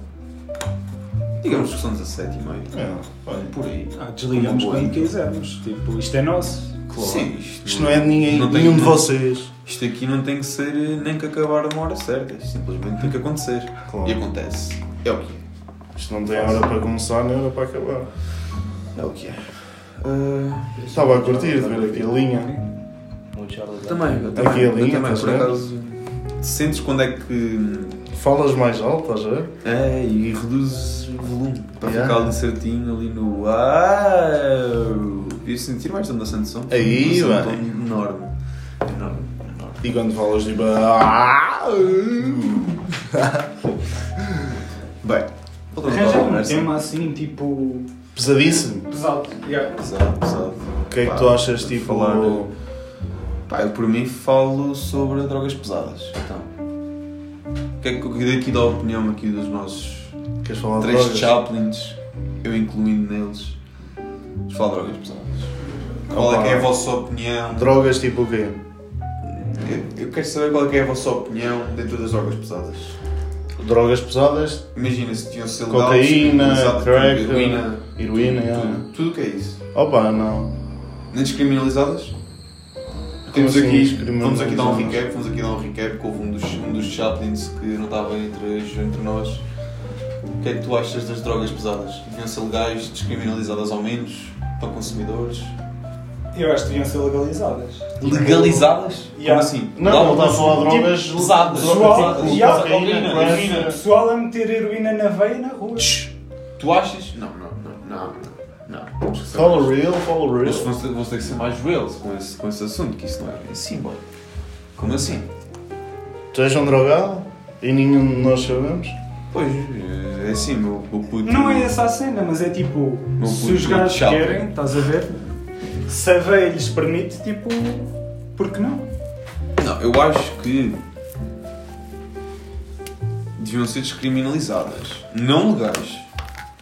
Speaker 1: Digamos que são 17 e meio.
Speaker 2: É, olha.
Speaker 1: Por aí.
Speaker 3: Ah, desligamos
Speaker 1: Uma boa
Speaker 3: quando
Speaker 1: amiga.
Speaker 3: quisermos. Tipo, isto é nosso.
Speaker 1: Sim, isto,
Speaker 2: Isto não é de ninguém,
Speaker 1: Não tem-
Speaker 2: nenhum de vocês.
Speaker 1: Isto aqui não tem que ser eh, nem que acabar uma hora certa. Isto simplesmente tem que acontecer.
Speaker 2: Claro.
Speaker 1: E acontece. É o que é.
Speaker 2: Isto não tem hora para começar nem hora para acabar.
Speaker 1: É o que é. Ah,
Speaker 2: Estava a curtir de ver aqui a linha.
Speaker 1: Também, eu
Speaker 2: Aqui é tá a
Speaker 1: também, eu
Speaker 2: linha,
Speaker 1: também
Speaker 2: estás
Speaker 1: por
Speaker 2: a ver?
Speaker 1: acaso. Sentes quando é que.
Speaker 2: Falas mais alto, estás a ver?
Speaker 1: É, e reduzes o volume para
Speaker 2: Yeah.
Speaker 1: ficar ali certinho, ali no. Uau! E sentir mais andação de som.
Speaker 2: Aí,
Speaker 1: um
Speaker 2: bem.
Speaker 1: som enorme. Enorme, enorme.
Speaker 2: E quando falas tipo. "Ah, uh",
Speaker 1: Bem, voltando para a
Speaker 3: Arranja um
Speaker 1: conversa.
Speaker 3: tema assim, tipo.
Speaker 2: Pesadíssimo.
Speaker 3: pesado. Yeah.
Speaker 1: Pesado, pesado.
Speaker 2: O que é que tu achas, tipo.
Speaker 1: falar. Pá, eu por mim falo sobre drogas pesadas. Então. O que é que eu queria aqui dar a opinião aqui dos nossos
Speaker 2: Queres falar de
Speaker 1: três
Speaker 2: drogas?
Speaker 1: chaplins, eu incluindo neles. Vamos falar de drogas pesadas. Qual é
Speaker 2: Opa.
Speaker 1: que é a vossa opinião?
Speaker 2: Drogas tipo o quê?
Speaker 1: Eu- Eu quero saber qual é que é a vossa opinião dentro das drogas pesadas.
Speaker 2: Drogas pesadas,
Speaker 1: Imagina se tinham um sido
Speaker 2: cocaína, crack,
Speaker 1: tipo
Speaker 2: né?
Speaker 1: heroína,
Speaker 2: heroína.
Speaker 1: tudo,
Speaker 2: é.
Speaker 1: tudo o que é isso.
Speaker 2: Opa, não.
Speaker 1: Nem descriminalizadas? Temos
Speaker 2: assim
Speaker 1: aqui,
Speaker 2: descriminalizadas?
Speaker 1: vamos aqui dar um recap, vamos aqui dar um recap, que houve um dos, um dos chaplins que não estava entre, entre nós. O que é que tu achas das drogas pesadas? Deviam ser legais, descriminalizadas ao menos, para consumidores?
Speaker 3: Eu acho que deviam ser legalizadas.
Speaker 1: Legalizadas?
Speaker 3: Yeah.
Speaker 1: Como assim?
Speaker 2: Não, ele está a falar de
Speaker 3: tipo,
Speaker 2: drogas
Speaker 1: pesadas.
Speaker 2: drogas,
Speaker 3: Pessoal,
Speaker 2: tipo,
Speaker 3: yeah,
Speaker 2: cocaína,
Speaker 1: cocaína,
Speaker 2: crack.
Speaker 1: heroína.
Speaker 3: Pessoal a meter heroína na veia e na rua.
Speaker 1: Tu achas? Não, não, não, não, não. não. Temos que ser
Speaker 2: Follow
Speaker 1: mais-
Speaker 2: real, follow
Speaker 1: Eles
Speaker 2: real.
Speaker 1: vão ter, vão ter que ser mais reals com esse, com esse assunto, que isso não é bem assim, boy. Como assim?
Speaker 2: Tu és um drogado e nenhum de nós sabemos.
Speaker 1: Pois, é assim, meu, meu puto.
Speaker 3: Não é essa a cena, mas é tipo,
Speaker 1: Não
Speaker 3: se
Speaker 1: puto,
Speaker 3: os gajos
Speaker 1: chato.
Speaker 3: querem, estás a ver? Se a veia lhes permite, tipo, por que não?
Speaker 1: Não, eu acho que deviam ser descriminalizadas. Não legais.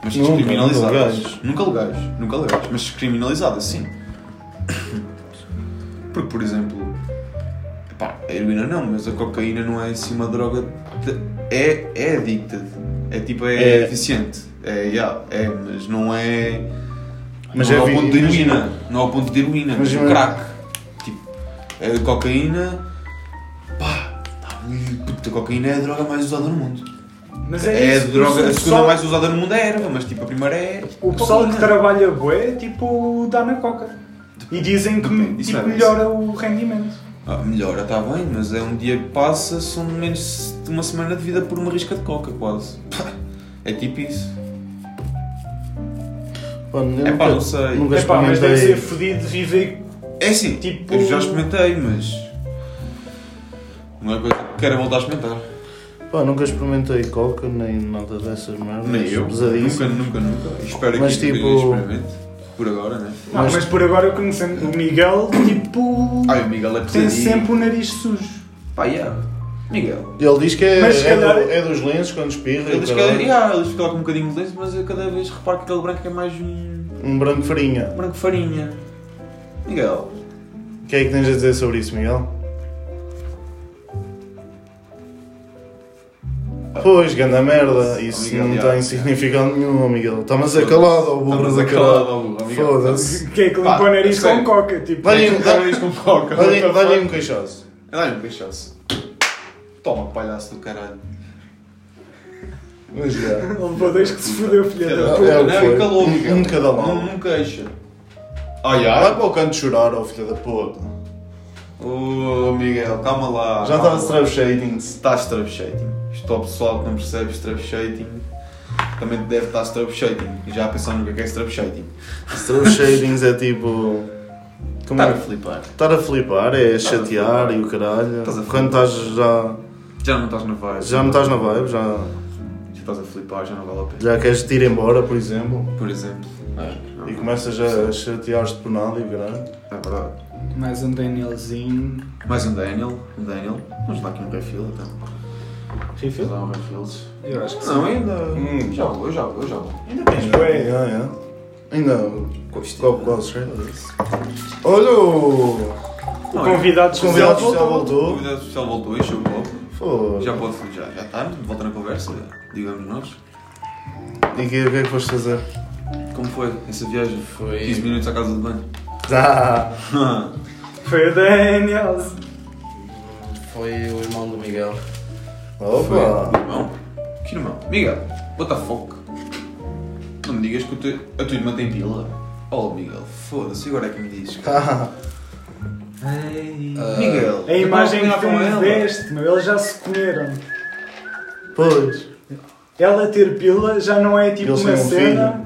Speaker 1: Mas
Speaker 2: Nunca,
Speaker 1: descriminalizadas.
Speaker 2: nunca legais.
Speaker 1: Nunca legais. Nunca legais. Mas descriminalizadas, sim. Porque, por exemplo, pá, a heroína não, mas a cocaína não é assim uma droga. de- é, é addicted. É tipo, é,
Speaker 2: É.
Speaker 1: eficiente. É, yeah, é, mas não é.
Speaker 2: Mas
Speaker 1: não
Speaker 2: é
Speaker 1: ao
Speaker 2: vi-
Speaker 1: ponto de
Speaker 2: imagina.
Speaker 1: heroína. Não ao ponto de heroína, mas
Speaker 2: Imagina.
Speaker 1: um crack. Tipo, a cocaína. Pá, tá ali, puta, a cocaína é a droga mais usada no mundo.
Speaker 3: Mas é,
Speaker 1: É a
Speaker 3: isso.
Speaker 1: droga, a
Speaker 3: o
Speaker 1: segunda
Speaker 3: pessoal,
Speaker 1: mais usada no mundo é a erva, mas tipo, a primeira é.
Speaker 3: o pessoal que
Speaker 1: cocaína.
Speaker 3: trabalha bué, tipo, dá na coca. E dizem que
Speaker 1: Depende, isso
Speaker 3: tipo,
Speaker 1: não é isso.
Speaker 3: melhora o rendimento.
Speaker 1: Ah, melhora, está bem, mas é um dia que passa, são menos de uma semana de vida por uma risca de coca, quase. Pá, É tipo isso.
Speaker 2: Mano, eu
Speaker 1: É pá,
Speaker 2: nunca-
Speaker 1: não sei.
Speaker 2: Nunca
Speaker 3: Epá, mas deve ser
Speaker 2: experimentei.
Speaker 3: fodido viver.
Speaker 1: É assim,
Speaker 3: Tipo-
Speaker 1: eu já experimentei, mas. Não é coisa que quero voltar a experimentar.
Speaker 2: Pá, nunca experimentei coca nem nada dessas merdas.
Speaker 1: Nem eu. Nunca,
Speaker 2: Pesadíssimo.
Speaker 1: nunca, nunca. Espero
Speaker 2: Mas,
Speaker 1: que
Speaker 2: tipo-
Speaker 1: eu experimente. Por agora, né?
Speaker 3: Não, Ah, mas,
Speaker 2: Mas-
Speaker 3: por agora eu conhecendo o Miguel, tipo,
Speaker 1: Ai, o Miguel é
Speaker 3: tem
Speaker 1: pesadinho.
Speaker 3: sempre o nariz sujo.
Speaker 1: Pá, yeah. Miguel.
Speaker 2: Ele diz que é,
Speaker 3: Mas se
Speaker 2: é
Speaker 3: calhar-
Speaker 2: do- é dos lenços quando espirra. e
Speaker 1: Ele diz que é
Speaker 2: caralho.
Speaker 1: yeah, ele fica lá com um bocadinho de lenço, mas eu cada vez reparo que aquele branco é mais um
Speaker 2: Um branco farinha.
Speaker 1: branco farinha. Miguel.
Speaker 2: que é que tens a dizer sobre isso, Miguel? Pois, ganda merda, isso
Speaker 1: Obrigado,
Speaker 2: não
Speaker 1: já.
Speaker 2: tem significado nenhum, ó Miguel. Está-me a calado, ó burro
Speaker 1: Estamos
Speaker 2: da
Speaker 1: a calado, ó
Speaker 2: calado.
Speaker 1: burro, amigo.
Speaker 2: Foda-se.
Speaker 3: Que é que limpa
Speaker 1: Pá,
Speaker 3: o nariz
Speaker 1: sério.
Speaker 3: com coca, tipo.
Speaker 2: Olha,
Speaker 1: Dá-lhe dá-lhe isto com foca.
Speaker 2: Dá-lhe dá-lhe um queixoso.
Speaker 1: Dá-lhe um beijaço. Toma, palhaço do caralho.
Speaker 2: Mas já.
Speaker 3: Levou dois que se fodeu, filha da
Speaker 2: É,
Speaker 3: puta.
Speaker 2: é o que
Speaker 1: não,
Speaker 2: foi.
Speaker 1: e calou,
Speaker 2: Um-
Speaker 1: Miguel.
Speaker 2: um de cada lado.
Speaker 1: Não, não queixa. Ai,
Speaker 2: Vai
Speaker 1: ai.
Speaker 2: para o canto chorar, ó filha da puta.
Speaker 1: Ô, Miguel, calma lá.
Speaker 2: Já
Speaker 1: calma
Speaker 2: estava
Speaker 1: lá.
Speaker 2: strap shading.
Speaker 1: Está strap shading. Isto ao pessoal que não percebe strap shading. Também deve estar strap shading. E já a pensar no que é que é strap shading.
Speaker 2: Strap shadings é tipo. Como
Speaker 1: Está a
Speaker 2: é?
Speaker 1: flipar.
Speaker 2: Estar a flipar é
Speaker 1: Estar a
Speaker 2: chatear
Speaker 1: flipar.
Speaker 2: e o caralho.
Speaker 1: Estás a flipar.
Speaker 2: Quando estás já.
Speaker 1: Já não estás na vibe.
Speaker 2: Já não estás na vibe, já,
Speaker 1: Já estás a flipar, já não vale a pena. É,
Speaker 2: já queres te ir embora, por exemplo,
Speaker 1: Por exemplo. Não,
Speaker 2: e começas a chatear-te por nada e o caralho.
Speaker 1: É verdade.
Speaker 3: Mais um Danielzinho.
Speaker 1: Mais um Daniel. Um Daniel. Vamos dar aqui um refill, então. Vamos
Speaker 3: Refill?
Speaker 2: Tá,
Speaker 1: dar um refills.
Speaker 3: Eu acho que sim.
Speaker 1: Não, ainda.
Speaker 2: Hum.
Speaker 1: Já vou, eu já vou, eu já vou.
Speaker 3: Ainda tens
Speaker 2: É,
Speaker 3: bué.
Speaker 2: é. Ainda. Qual, qual será?
Speaker 1: O
Speaker 2: Olha o.
Speaker 3: O convidado
Speaker 2: Convidado
Speaker 3: especial.
Speaker 2: já
Speaker 1: é O
Speaker 2: voltou.
Speaker 1: convidado especial voltou, encheu o copo.
Speaker 2: Foda.
Speaker 1: Já pode, já, já está, volta na conversa, digamos nós.
Speaker 2: E que- o que é que foste fazer?
Speaker 1: Como foi essa viagem?
Speaker 5: Foi-
Speaker 1: 15 minutos à casa de banho.
Speaker 2: Ah,
Speaker 3: Foi o Daniel.
Speaker 5: Foi o irmão do Miguel.
Speaker 1: Foi.
Speaker 2: opa!
Speaker 1: Irmão? Que irmão? Miguel, what the fuck? Não me digas que o teu, a tua irmã tem pila. Oh, Miguel, foda-se, agora é que me dizes.
Speaker 2: Ah,
Speaker 5: Ah,
Speaker 1: Miguel,
Speaker 3: A imagem
Speaker 1: eu não
Speaker 3: que tu
Speaker 1: vou combinar
Speaker 3: me
Speaker 1: com ela.
Speaker 3: deste, meu, eles já se comeram.
Speaker 2: pois.
Speaker 3: Ela ter pila já não é tipo
Speaker 2: Eles
Speaker 3: uma
Speaker 2: têm um
Speaker 3: cena.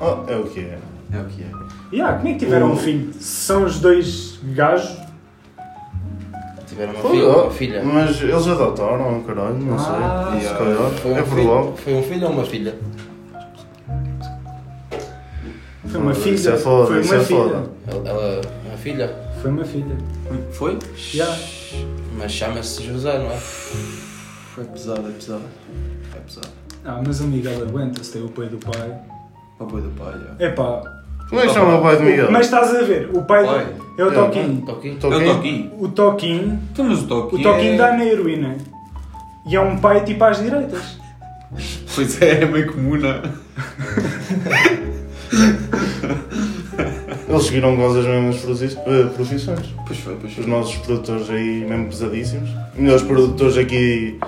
Speaker 2: Ah, é o que é.
Speaker 1: É o que é.
Speaker 3: E ah, como é que tiveram um
Speaker 2: Uh.
Speaker 3: filho? Se São os dois gajos.
Speaker 5: Tiveram uma
Speaker 2: Foi, Hum,
Speaker 5: filha.
Speaker 2: ó.
Speaker 5: Uma filha.
Speaker 2: ah, Mas eles adotaram, caralho, não
Speaker 3: Ah.
Speaker 2: sei. Se
Speaker 1: Yeah.
Speaker 5: Foi um
Speaker 2: calhar. É provável.
Speaker 5: filho, foi um filho ou uma filha?
Speaker 3: Foi uma
Speaker 2: Isso
Speaker 3: filha.
Speaker 2: é foda,
Speaker 3: foi
Speaker 2: isso
Speaker 3: uma
Speaker 2: é
Speaker 3: filha.
Speaker 2: foda.
Speaker 5: Ela, ela uma filha,
Speaker 3: Foi uma filha.
Speaker 1: é. Foi?
Speaker 3: Já.
Speaker 5: mas chama-se José, não é?
Speaker 1: Foi pesado, é pesado. É pesado.
Speaker 3: Ah, mas o Miguel aguenta-se, tem o apoio do pai.
Speaker 1: Apoio do pai, já.
Speaker 3: Epá.
Speaker 2: Como é que chama o pai de Miguel?
Speaker 3: Mas estás a ver, o pai,
Speaker 1: Pai.
Speaker 3: é o
Speaker 2: É,
Speaker 3: Toquinho.
Speaker 5: Toquinho.
Speaker 1: É o
Speaker 2: Toquinho?
Speaker 1: Toquinho.
Speaker 3: O Toquinho,
Speaker 1: Temos o Toquinho.
Speaker 3: o Toquinho
Speaker 1: é-
Speaker 3: dá na heroína. E é um pai tipo às direitas.
Speaker 1: Pois é, é meio comum, não é?
Speaker 2: Eles seguiram quase as mesmas profi- eh, profissões.
Speaker 1: Pois foi, pois foi.
Speaker 2: Os nossos produtores aí, mesmo pesadíssimos. Melhores produtores aqui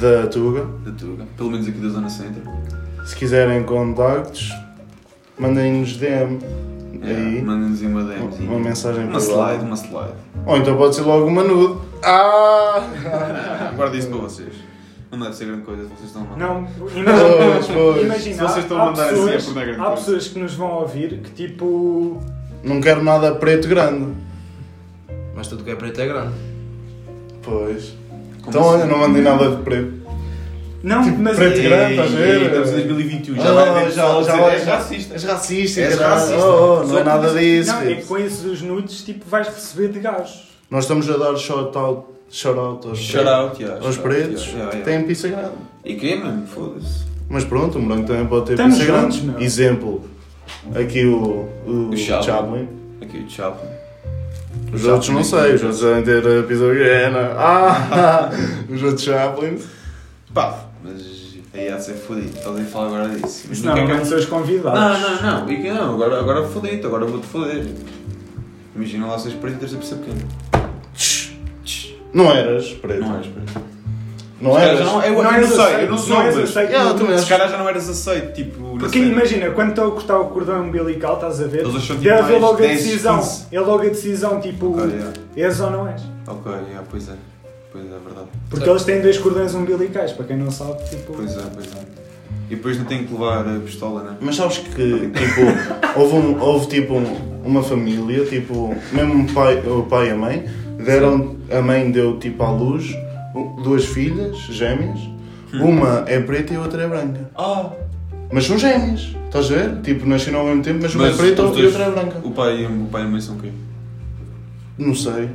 Speaker 2: da Tuga.
Speaker 1: Da Tuga. Pelo menos aqui da Zona Centro.
Speaker 2: Se quiserem contactos, mandem-nos DM.
Speaker 1: É,
Speaker 2: Aí,
Speaker 1: Mandem-nos aí uma DM.
Speaker 2: uma mensagem
Speaker 1: Uma
Speaker 2: para
Speaker 1: slide,
Speaker 2: lá.
Speaker 1: uma slide.
Speaker 2: Ou então pode ser logo uma nude. Ah!
Speaker 1: Guarda isso para vocês. Não deve ser grande coisa, vocês estão mal.
Speaker 3: Não,
Speaker 2: Pois,
Speaker 3: imagina.
Speaker 2: pois.
Speaker 3: imagina
Speaker 1: Se vocês estão a
Speaker 3: há
Speaker 1: mandar assim, é
Speaker 3: pessoas,
Speaker 1: porque não é grande
Speaker 3: há
Speaker 1: coisa.
Speaker 3: pessoas que nos vão ouvir que tipo.
Speaker 2: Não quero nada preto grande.
Speaker 5: Mas tudo que é preto é grande.
Speaker 2: Pois.
Speaker 1: Como
Speaker 2: Então
Speaker 1: assim?
Speaker 2: olha, não mandem nada de preto.
Speaker 3: Não,
Speaker 1: Tipo,
Speaker 3: mas. é-
Speaker 2: preto
Speaker 1: Ei,
Speaker 2: grande, estás a ver?
Speaker 1: Estamos em 2021, já
Speaker 2: Ah,
Speaker 1: vai haver
Speaker 2: já-
Speaker 1: pessoal a
Speaker 2: já
Speaker 1: dizer, "É,
Speaker 2: vai-
Speaker 1: "És racista.
Speaker 2: És racista,
Speaker 1: És
Speaker 2: caralho.
Speaker 1: racista.
Speaker 2: Oh,
Speaker 1: Só
Speaker 2: não é
Speaker 1: por
Speaker 2: nada
Speaker 1: isso-
Speaker 2: disso.
Speaker 3: não, é
Speaker 2: filho.
Speaker 3: que com esses os nudes tipo, vais receber de gajos.
Speaker 2: Nós estamos a dar shout-out shout aos
Speaker 1: Shout out, yeah,
Speaker 2: aos
Speaker 1: shout out,
Speaker 2: pretos
Speaker 1: yeah, yeah, yeah.
Speaker 2: têm pizza grande.
Speaker 1: E quê, mano? Foda-se.
Speaker 2: Mas pronto, o morango também pode ter
Speaker 3: Estamos
Speaker 2: pizza grande.
Speaker 3: juntos, meu.
Speaker 2: Exemplo, aqui o, o,
Speaker 1: O Chaplin.
Speaker 2: Chaplin.
Speaker 1: Aqui o Chaplin.
Speaker 2: Os
Speaker 1: Chaplin
Speaker 2: outros não
Speaker 1: aqui.
Speaker 2: sei, os outros devem ter eh, pizza pequena. Ah, os outros Chaplin.
Speaker 1: Pá, mas aí há de ser fodido. Estás a falar agora disso. Mas
Speaker 3: Isso
Speaker 1: não
Speaker 3: não, é
Speaker 1: quer que é
Speaker 3: não
Speaker 1: eu-
Speaker 3: são os convidados.
Speaker 1: Não, não, não. E que não? Agora, agora fodei-te, agora vou-te foder. Imagina lá seres preto e teres a pizza pequena.
Speaker 2: Não eras preto.
Speaker 1: Não és preto.
Speaker 2: Não,
Speaker 1: Se calhar
Speaker 2: eras.
Speaker 1: já não, é eu, eu
Speaker 3: Não és
Speaker 1: não sei,
Speaker 3: aceito,
Speaker 1: eu não sou,
Speaker 3: não és
Speaker 1: mas.
Speaker 3: aceito.
Speaker 2: Yeah, eu também
Speaker 1: Se calhar já não eras aceito, tipo. na
Speaker 3: Porque
Speaker 1: cena.
Speaker 3: imagina, quando estão a cortar o cordão umbilical, estás a ver?
Speaker 1: Eles acham, tipo,
Speaker 3: Deve
Speaker 1: mais
Speaker 3: logo a
Speaker 1: 10,
Speaker 3: decisão.
Speaker 1: 15.
Speaker 3: É logo a decisão, tipo,
Speaker 1: Ok, yeah.
Speaker 3: és ou não és.
Speaker 1: Ok, yeah, pois é. Pois é, é verdade.
Speaker 3: Porque eles têm dois cordões umbilicais, para quem não sabe, tipo.
Speaker 1: Pois é, pois é. E depois não tenho que levar a pistola, né?
Speaker 2: Mas sabes que, tipo, houve, um- houve, tipo um- uma família, tipo, mesmo o pai, o pai e a mãe, deram, a mãe deu tipo à luz u- duas filhas gêmeas,
Speaker 1: Hum.
Speaker 2: uma é preta e a outra é branca.
Speaker 1: Ah!
Speaker 2: Mas são gêmeas, estás a ver? Tipo, nasceram ao mesmo tempo, mas uma é preta
Speaker 1: os
Speaker 2: e
Speaker 1: dois-
Speaker 2: outra é branca.
Speaker 1: O pai, e- o pai e a mãe são o quê?
Speaker 2: Não sei,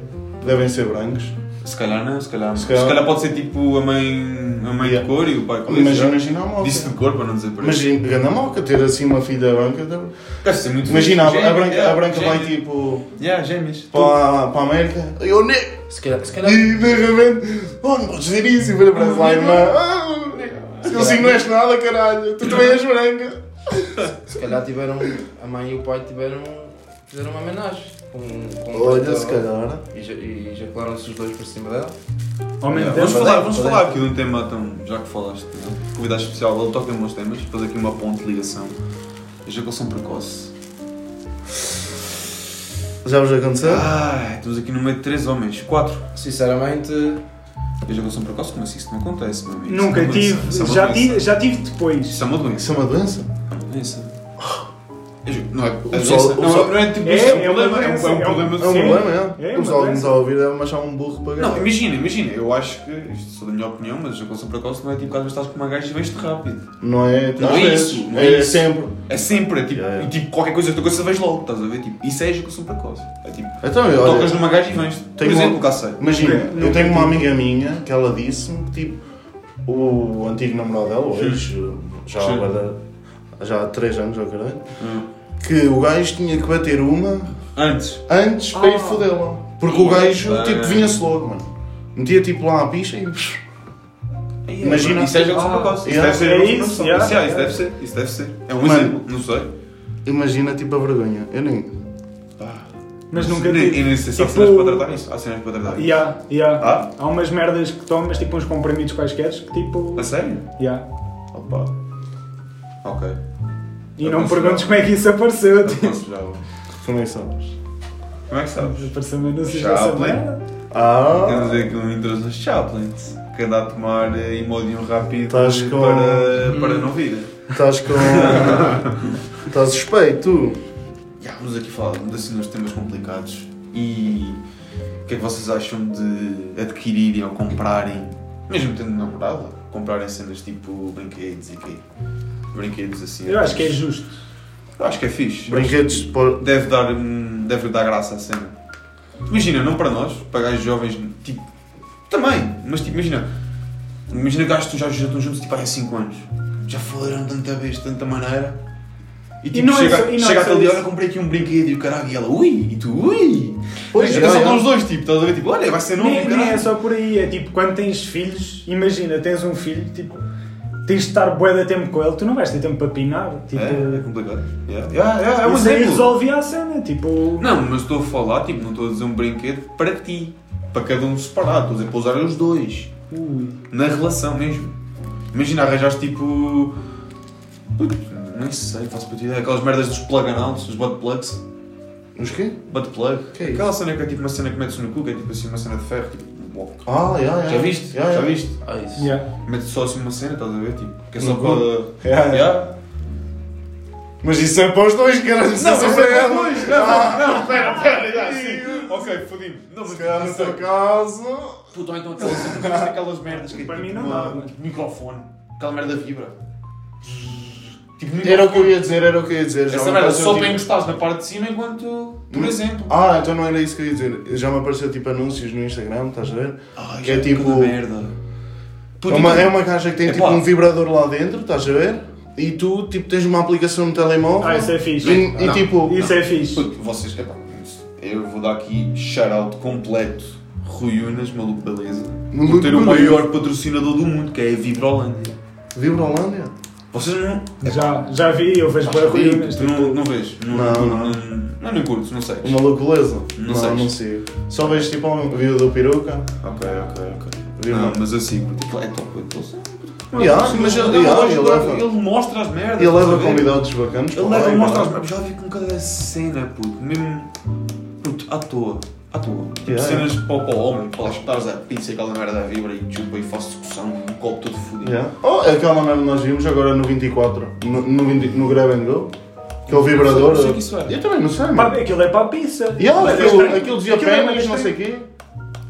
Speaker 2: devem ser brancos.
Speaker 1: Se calhar não, se calhar.
Speaker 2: Se
Speaker 1: Se
Speaker 2: calhar-
Speaker 1: calhar, pode ser tipo a mãe, a mãe
Speaker 2: Yeah.
Speaker 1: de cor e o pai de cor.
Speaker 2: Mas imagina a moca.
Speaker 1: Disse de cor para não dizer por isso.
Speaker 2: Imagina, grande moca, ter assim uma filha branca. deve-
Speaker 1: Deve ser muito
Speaker 2: Imagina,
Speaker 1: fixe.
Speaker 2: a branca,
Speaker 1: Yeah,
Speaker 2: a branca vai
Speaker 1: gêmeos.
Speaker 2: tipo
Speaker 1: Yeah, gêmeos.
Speaker 2: para, para a América. Eu ne-
Speaker 5: Se calhar, se calhar,
Speaker 2: E de repente, oh, não podes dizer isso, e depois aparece lá a irmã. Ah, eu assim não és nada, caralho, tu também és branca.
Speaker 5: se calhar tiveram. A mãe e o pai tiveram. Fizeram uma homenagem. Com, com
Speaker 2: Olha,
Speaker 5: com-
Speaker 2: se calhar.
Speaker 5: E, ja- e ejacularam-se os dois por cima dela.
Speaker 3: Homem de
Speaker 1: Yeah,
Speaker 3: Deus.
Speaker 1: vamos falar, vamos
Speaker 5: Poder.
Speaker 1: falar aqui de um tema, então, já que falaste, né? convidado especial, ele toca em bons temas, faz aqui uma ponte de ligação. Ejaculação um precoce.
Speaker 2: Já vos aconteceu?
Speaker 1: Ai, estamos aqui no meio de três homens, quatro.
Speaker 5: Sinceramente, é
Speaker 1: Ejaculação precoce, como assim? Isso não acontece, meu amigo. Isso
Speaker 3: Nunca
Speaker 1: é uma doença. Isso é
Speaker 3: tive.
Speaker 1: uma
Speaker 3: Já
Speaker 1: doença.
Speaker 3: tive, já tive depois.
Speaker 1: Isso é uma doença.
Speaker 2: Isso é uma doença?
Speaker 1: Isso. Não é, a
Speaker 2: pessoal-
Speaker 1: doença-
Speaker 2: o
Speaker 1: não,
Speaker 2: pessoal-
Speaker 1: não é tipo
Speaker 3: É,
Speaker 1: isso, é, um
Speaker 3: é uma
Speaker 1: problema, é um-
Speaker 3: doença,
Speaker 1: é um
Speaker 3: é um-
Speaker 1: problema
Speaker 2: É um
Speaker 1: de
Speaker 3: Sim.
Speaker 2: problema, é. o
Speaker 3: É
Speaker 2: pessoal que
Speaker 3: uma
Speaker 2: nos
Speaker 3: doença.
Speaker 2: está a ouvir deve me achar um burro para
Speaker 1: Não,
Speaker 2: caralho.
Speaker 1: imagina, imagina, eu acho que, isto sou da minha opinião, mas a ejaculação precoce não é tipo, às vezes estás com uma gaja e vês-te rápido.
Speaker 2: Não é?
Speaker 1: Não
Speaker 2: às
Speaker 1: é
Speaker 2: vezes.
Speaker 1: isso, não
Speaker 2: É,
Speaker 1: é isso.
Speaker 2: sempre.
Speaker 1: É sempre, é tipo,
Speaker 2: Yeah, yeah.
Speaker 1: e tipo qualquer coisa, outra coisa vês logo, estás a ver? Tipo, isso é ejaculação precoce. É tipo,
Speaker 2: Então, olha,
Speaker 1: tocas numa gaja e vens. Por
Speaker 2: tenho
Speaker 1: exemplo,
Speaker 2: uma-
Speaker 1: o cacei.
Speaker 2: imagina,
Speaker 3: Nunca-
Speaker 2: eu
Speaker 3: nunca
Speaker 2: tenho uma
Speaker 3: tive.
Speaker 2: amiga minha que ela disse-me que tipo, o antigo namorado dela, o ex, já,
Speaker 1: Sim. Hum.
Speaker 2: agora, já há 3 anos ou caralho, que o gajo tinha que bater uma
Speaker 1: Antes.
Speaker 2: antes para ir fodê-la. Porque o gajo
Speaker 1: Bem.
Speaker 2: tipo, vinha-se logo, mano. Metia tipo lá a picha e. Imagina-
Speaker 1: Isso é ejaculação
Speaker 3: Ah,
Speaker 1: precoce. Isso
Speaker 2: yeah.
Speaker 1: deve ser
Speaker 3: É
Speaker 1: ejaculação
Speaker 3: isso,
Speaker 1: precoce.
Speaker 3: yeah.
Speaker 1: Isso, yeah, isso deve ser, isso deve ser. É um
Speaker 2: Mano.
Speaker 1: exemplo, não sei.
Speaker 2: Imagina tipo a vergonha. Eu nem. Ah.
Speaker 3: Mas nunca
Speaker 1: nem,
Speaker 3: tive.
Speaker 1: nem sei se há
Speaker 3: Tipo-
Speaker 1: cenas para tratar isso. Há cenas para tratar isso.
Speaker 3: Yeah, yeah.
Speaker 1: Ah?
Speaker 3: Há umas merdas que tomas, tipo uns comprimidos quaisquer, que tipo.
Speaker 1: A sério?
Speaker 3: Yeah.
Speaker 1: Opa. Ok.
Speaker 3: E
Speaker 1: Eu
Speaker 3: não me
Speaker 1: considero-
Speaker 3: perguntes como é que isso apareceu. tipo.
Speaker 1: Aconselhava.
Speaker 2: Tu nem sabes.
Speaker 1: Como é que sabes?
Speaker 3: Apareceu-me não sei dessa
Speaker 1: Chaplin.
Speaker 3: merda.
Speaker 1: Quer
Speaker 2: Ah!
Speaker 1: dizer que não entras nos Chaplin. Que anda a tomar eh, Imodium rápido
Speaker 2: Estás com-
Speaker 1: para, para não vir.
Speaker 2: Estás com. Estás suspeito.
Speaker 1: Já, vamos aqui falar de assim, uns temas complicados. E o que é que vocês acham de adquirirem ou comprarem, mesmo tendo namorada, comprarem cenas tipo brinquedos e quê? Brinquedos assim.
Speaker 3: Eu acho que é justo.
Speaker 1: Eu acho que é fixe.
Speaker 2: Brinquedos para.
Speaker 1: deve dar, hum, deve dar graça à cena. Imagina, não para nós, para gajos jovens, tipo, também, mas tipo, imagina, imagina gajos que já, já estão juntos tipo, há 5 anos, já falaram tanta vez, de tanta maneira, e tipo,
Speaker 3: não é
Speaker 1: chega,
Speaker 3: só- e não é
Speaker 1: chega
Speaker 3: só
Speaker 1: aquele dia,
Speaker 3: isso.
Speaker 1: olha, comprei aqui um brinquedo e o caralho, e ela, ui, e tu, ui,
Speaker 2: Pois,
Speaker 1: é,
Speaker 2: já,
Speaker 1: só
Speaker 2: já.
Speaker 1: estão os dois, tipo, estás a ver, tipo, olha, vai ser novo,
Speaker 3: nem, nem
Speaker 1: caralho.
Speaker 3: é só por aí, é tipo, quando tens filhos, imagina, tens um filho, tipo, tens de estar bué de tempo com ele, tu não vais ter tempo para pinar, tipo,
Speaker 1: É, é complicado. Yeah. Yeah, yeah, é um
Speaker 3: isso aí
Speaker 1: exemplo.
Speaker 3: resolve a cena, tipo,
Speaker 1: Não, mas estou a falar, tipo, não estou a dizer um brinquedo para ti, para cada um separado, estou a dizer para usarem os dois.
Speaker 3: ui,
Speaker 1: Na relação mesmo. Imagina, arranjaste tipo. Puto, Nem sei, faço para ideia. Aquelas merdas dos plug anals, os butt plugs.
Speaker 2: Os quê?
Speaker 1: Butt plug.
Speaker 2: Que é isso?
Speaker 1: Aquela cena que é tipo uma cena que metes no cu, que é tipo assim uma cena de ferro. Tipo, uau.
Speaker 2: Ah, já, já.
Speaker 1: já viste?
Speaker 2: Já, já.
Speaker 1: viste?
Speaker 5: ah, isso.
Speaker 3: yeah.
Speaker 1: Metes só assim uma cena, estás a ver? Tipo, que é só
Speaker 2: No
Speaker 1: para.
Speaker 2: Yeah.
Speaker 1: Yeah.
Speaker 2: Mas isso é para os dois, caralho. Isso é só para ela.
Speaker 1: dois! Não, não, pera, pera, já, sim. Ok, fodimos. Não, mas
Speaker 2: Se calhar no
Speaker 1: não
Speaker 2: teu
Speaker 1: sei.
Speaker 2: caso.
Speaker 1: Puto, ou então aquelas, aquelas- aquelas merdas que é
Speaker 3: Para
Speaker 1: tipo
Speaker 3: mim não
Speaker 1: uma-
Speaker 3: dá, mas-
Speaker 1: microfone. Aquela merda vibra. Tipo,
Speaker 2: Era o que eu ia dizer, era o que eu ia dizer. já
Speaker 1: Essa
Speaker 2: me
Speaker 1: merda
Speaker 2: apareceu,
Speaker 1: só
Speaker 2: tipo-
Speaker 1: para encostares na parte de cima enquanto. Por
Speaker 2: Hum.
Speaker 1: exemplo.
Speaker 2: Ah, então não era isso que eu ia dizer. Já me apareceu tipo anúncios no Instagram, estás a ver?
Speaker 1: Ai,
Speaker 2: Que é tipo-
Speaker 1: cada merda.
Speaker 2: É
Speaker 1: Puto,
Speaker 2: uma,
Speaker 1: então-
Speaker 2: é uma caixa que tem tipo
Speaker 1: Epá.
Speaker 2: um vibrador lá dentro, estás a ver? E tu tipo tens uma aplicação no telemóvel.
Speaker 3: Ah, isso é
Speaker 2: E,
Speaker 3: fixe.
Speaker 2: e,
Speaker 1: Não.
Speaker 2: tipo.
Speaker 3: Isso é fixe.
Speaker 1: Puto, vocês. epá, isso- eu vou dar aqui shout-out completo. Rui Unas, maluco beleza.
Speaker 2: Maluco
Speaker 1: Por ter o
Speaker 2: Beleza.
Speaker 1: maior patrocinador do mundo, que é a Vibrolândia.
Speaker 2: Vibrolândia?
Speaker 1: Vocês não.
Speaker 3: Já, já vi, eu vejo bué ruínas,
Speaker 1: Tu não, não vês?
Speaker 2: Não, não.
Speaker 1: não, não, não curto, não sei.
Speaker 2: Uma louculeza?
Speaker 1: Não
Speaker 2: não,
Speaker 1: sei.
Speaker 2: não sei. Só vejo tipo um vídeo do peruca.
Speaker 1: Ok, ok, ok.
Speaker 2: Viu,
Speaker 1: não,
Speaker 2: mano?
Speaker 1: mas eu sigo. Tipo, é top, eu tô sempre-
Speaker 2: Yeah,
Speaker 1: Ah, Sim,
Speaker 2: mas ele-
Speaker 1: ele,
Speaker 2: yeah,
Speaker 1: ele
Speaker 2: ele
Speaker 1: leva-
Speaker 2: leva-
Speaker 1: ele mostra as merdas.
Speaker 2: E ele
Speaker 1: estás a
Speaker 2: leva
Speaker 1: ver?
Speaker 2: convidados bacanas.
Speaker 1: Ele
Speaker 2: para
Speaker 1: leva
Speaker 2: lá,
Speaker 1: e mostra as
Speaker 2: não é?
Speaker 1: merdas. Já vi com cada cena, puto. Mesmo. Puto, à toa. À toa. Tipo,
Speaker 2: Yeah.
Speaker 1: cenas para o para o homem, para lá espetares a pizza e aquela merda vibra e chupa e faço discussão, um copo todo fodido.
Speaker 2: Yeah. Oh, aquela merda que nós vimos agora no 24, no, no, 20 no Grab and Go. Aquele vibrador. eh,
Speaker 1: Não sei o que isso era.
Speaker 2: Eu também não sei,
Speaker 3: Pá,
Speaker 2: mano.
Speaker 3: aquilo é para a pizza.
Speaker 2: E ela,
Speaker 3: Mas é
Speaker 2: aquilo,
Speaker 3: estranho.
Speaker 2: aquilo dizia
Speaker 3: Aquilo é
Speaker 2: pênis,
Speaker 3: bué
Speaker 2: não sei
Speaker 3: estranho.
Speaker 2: o quê.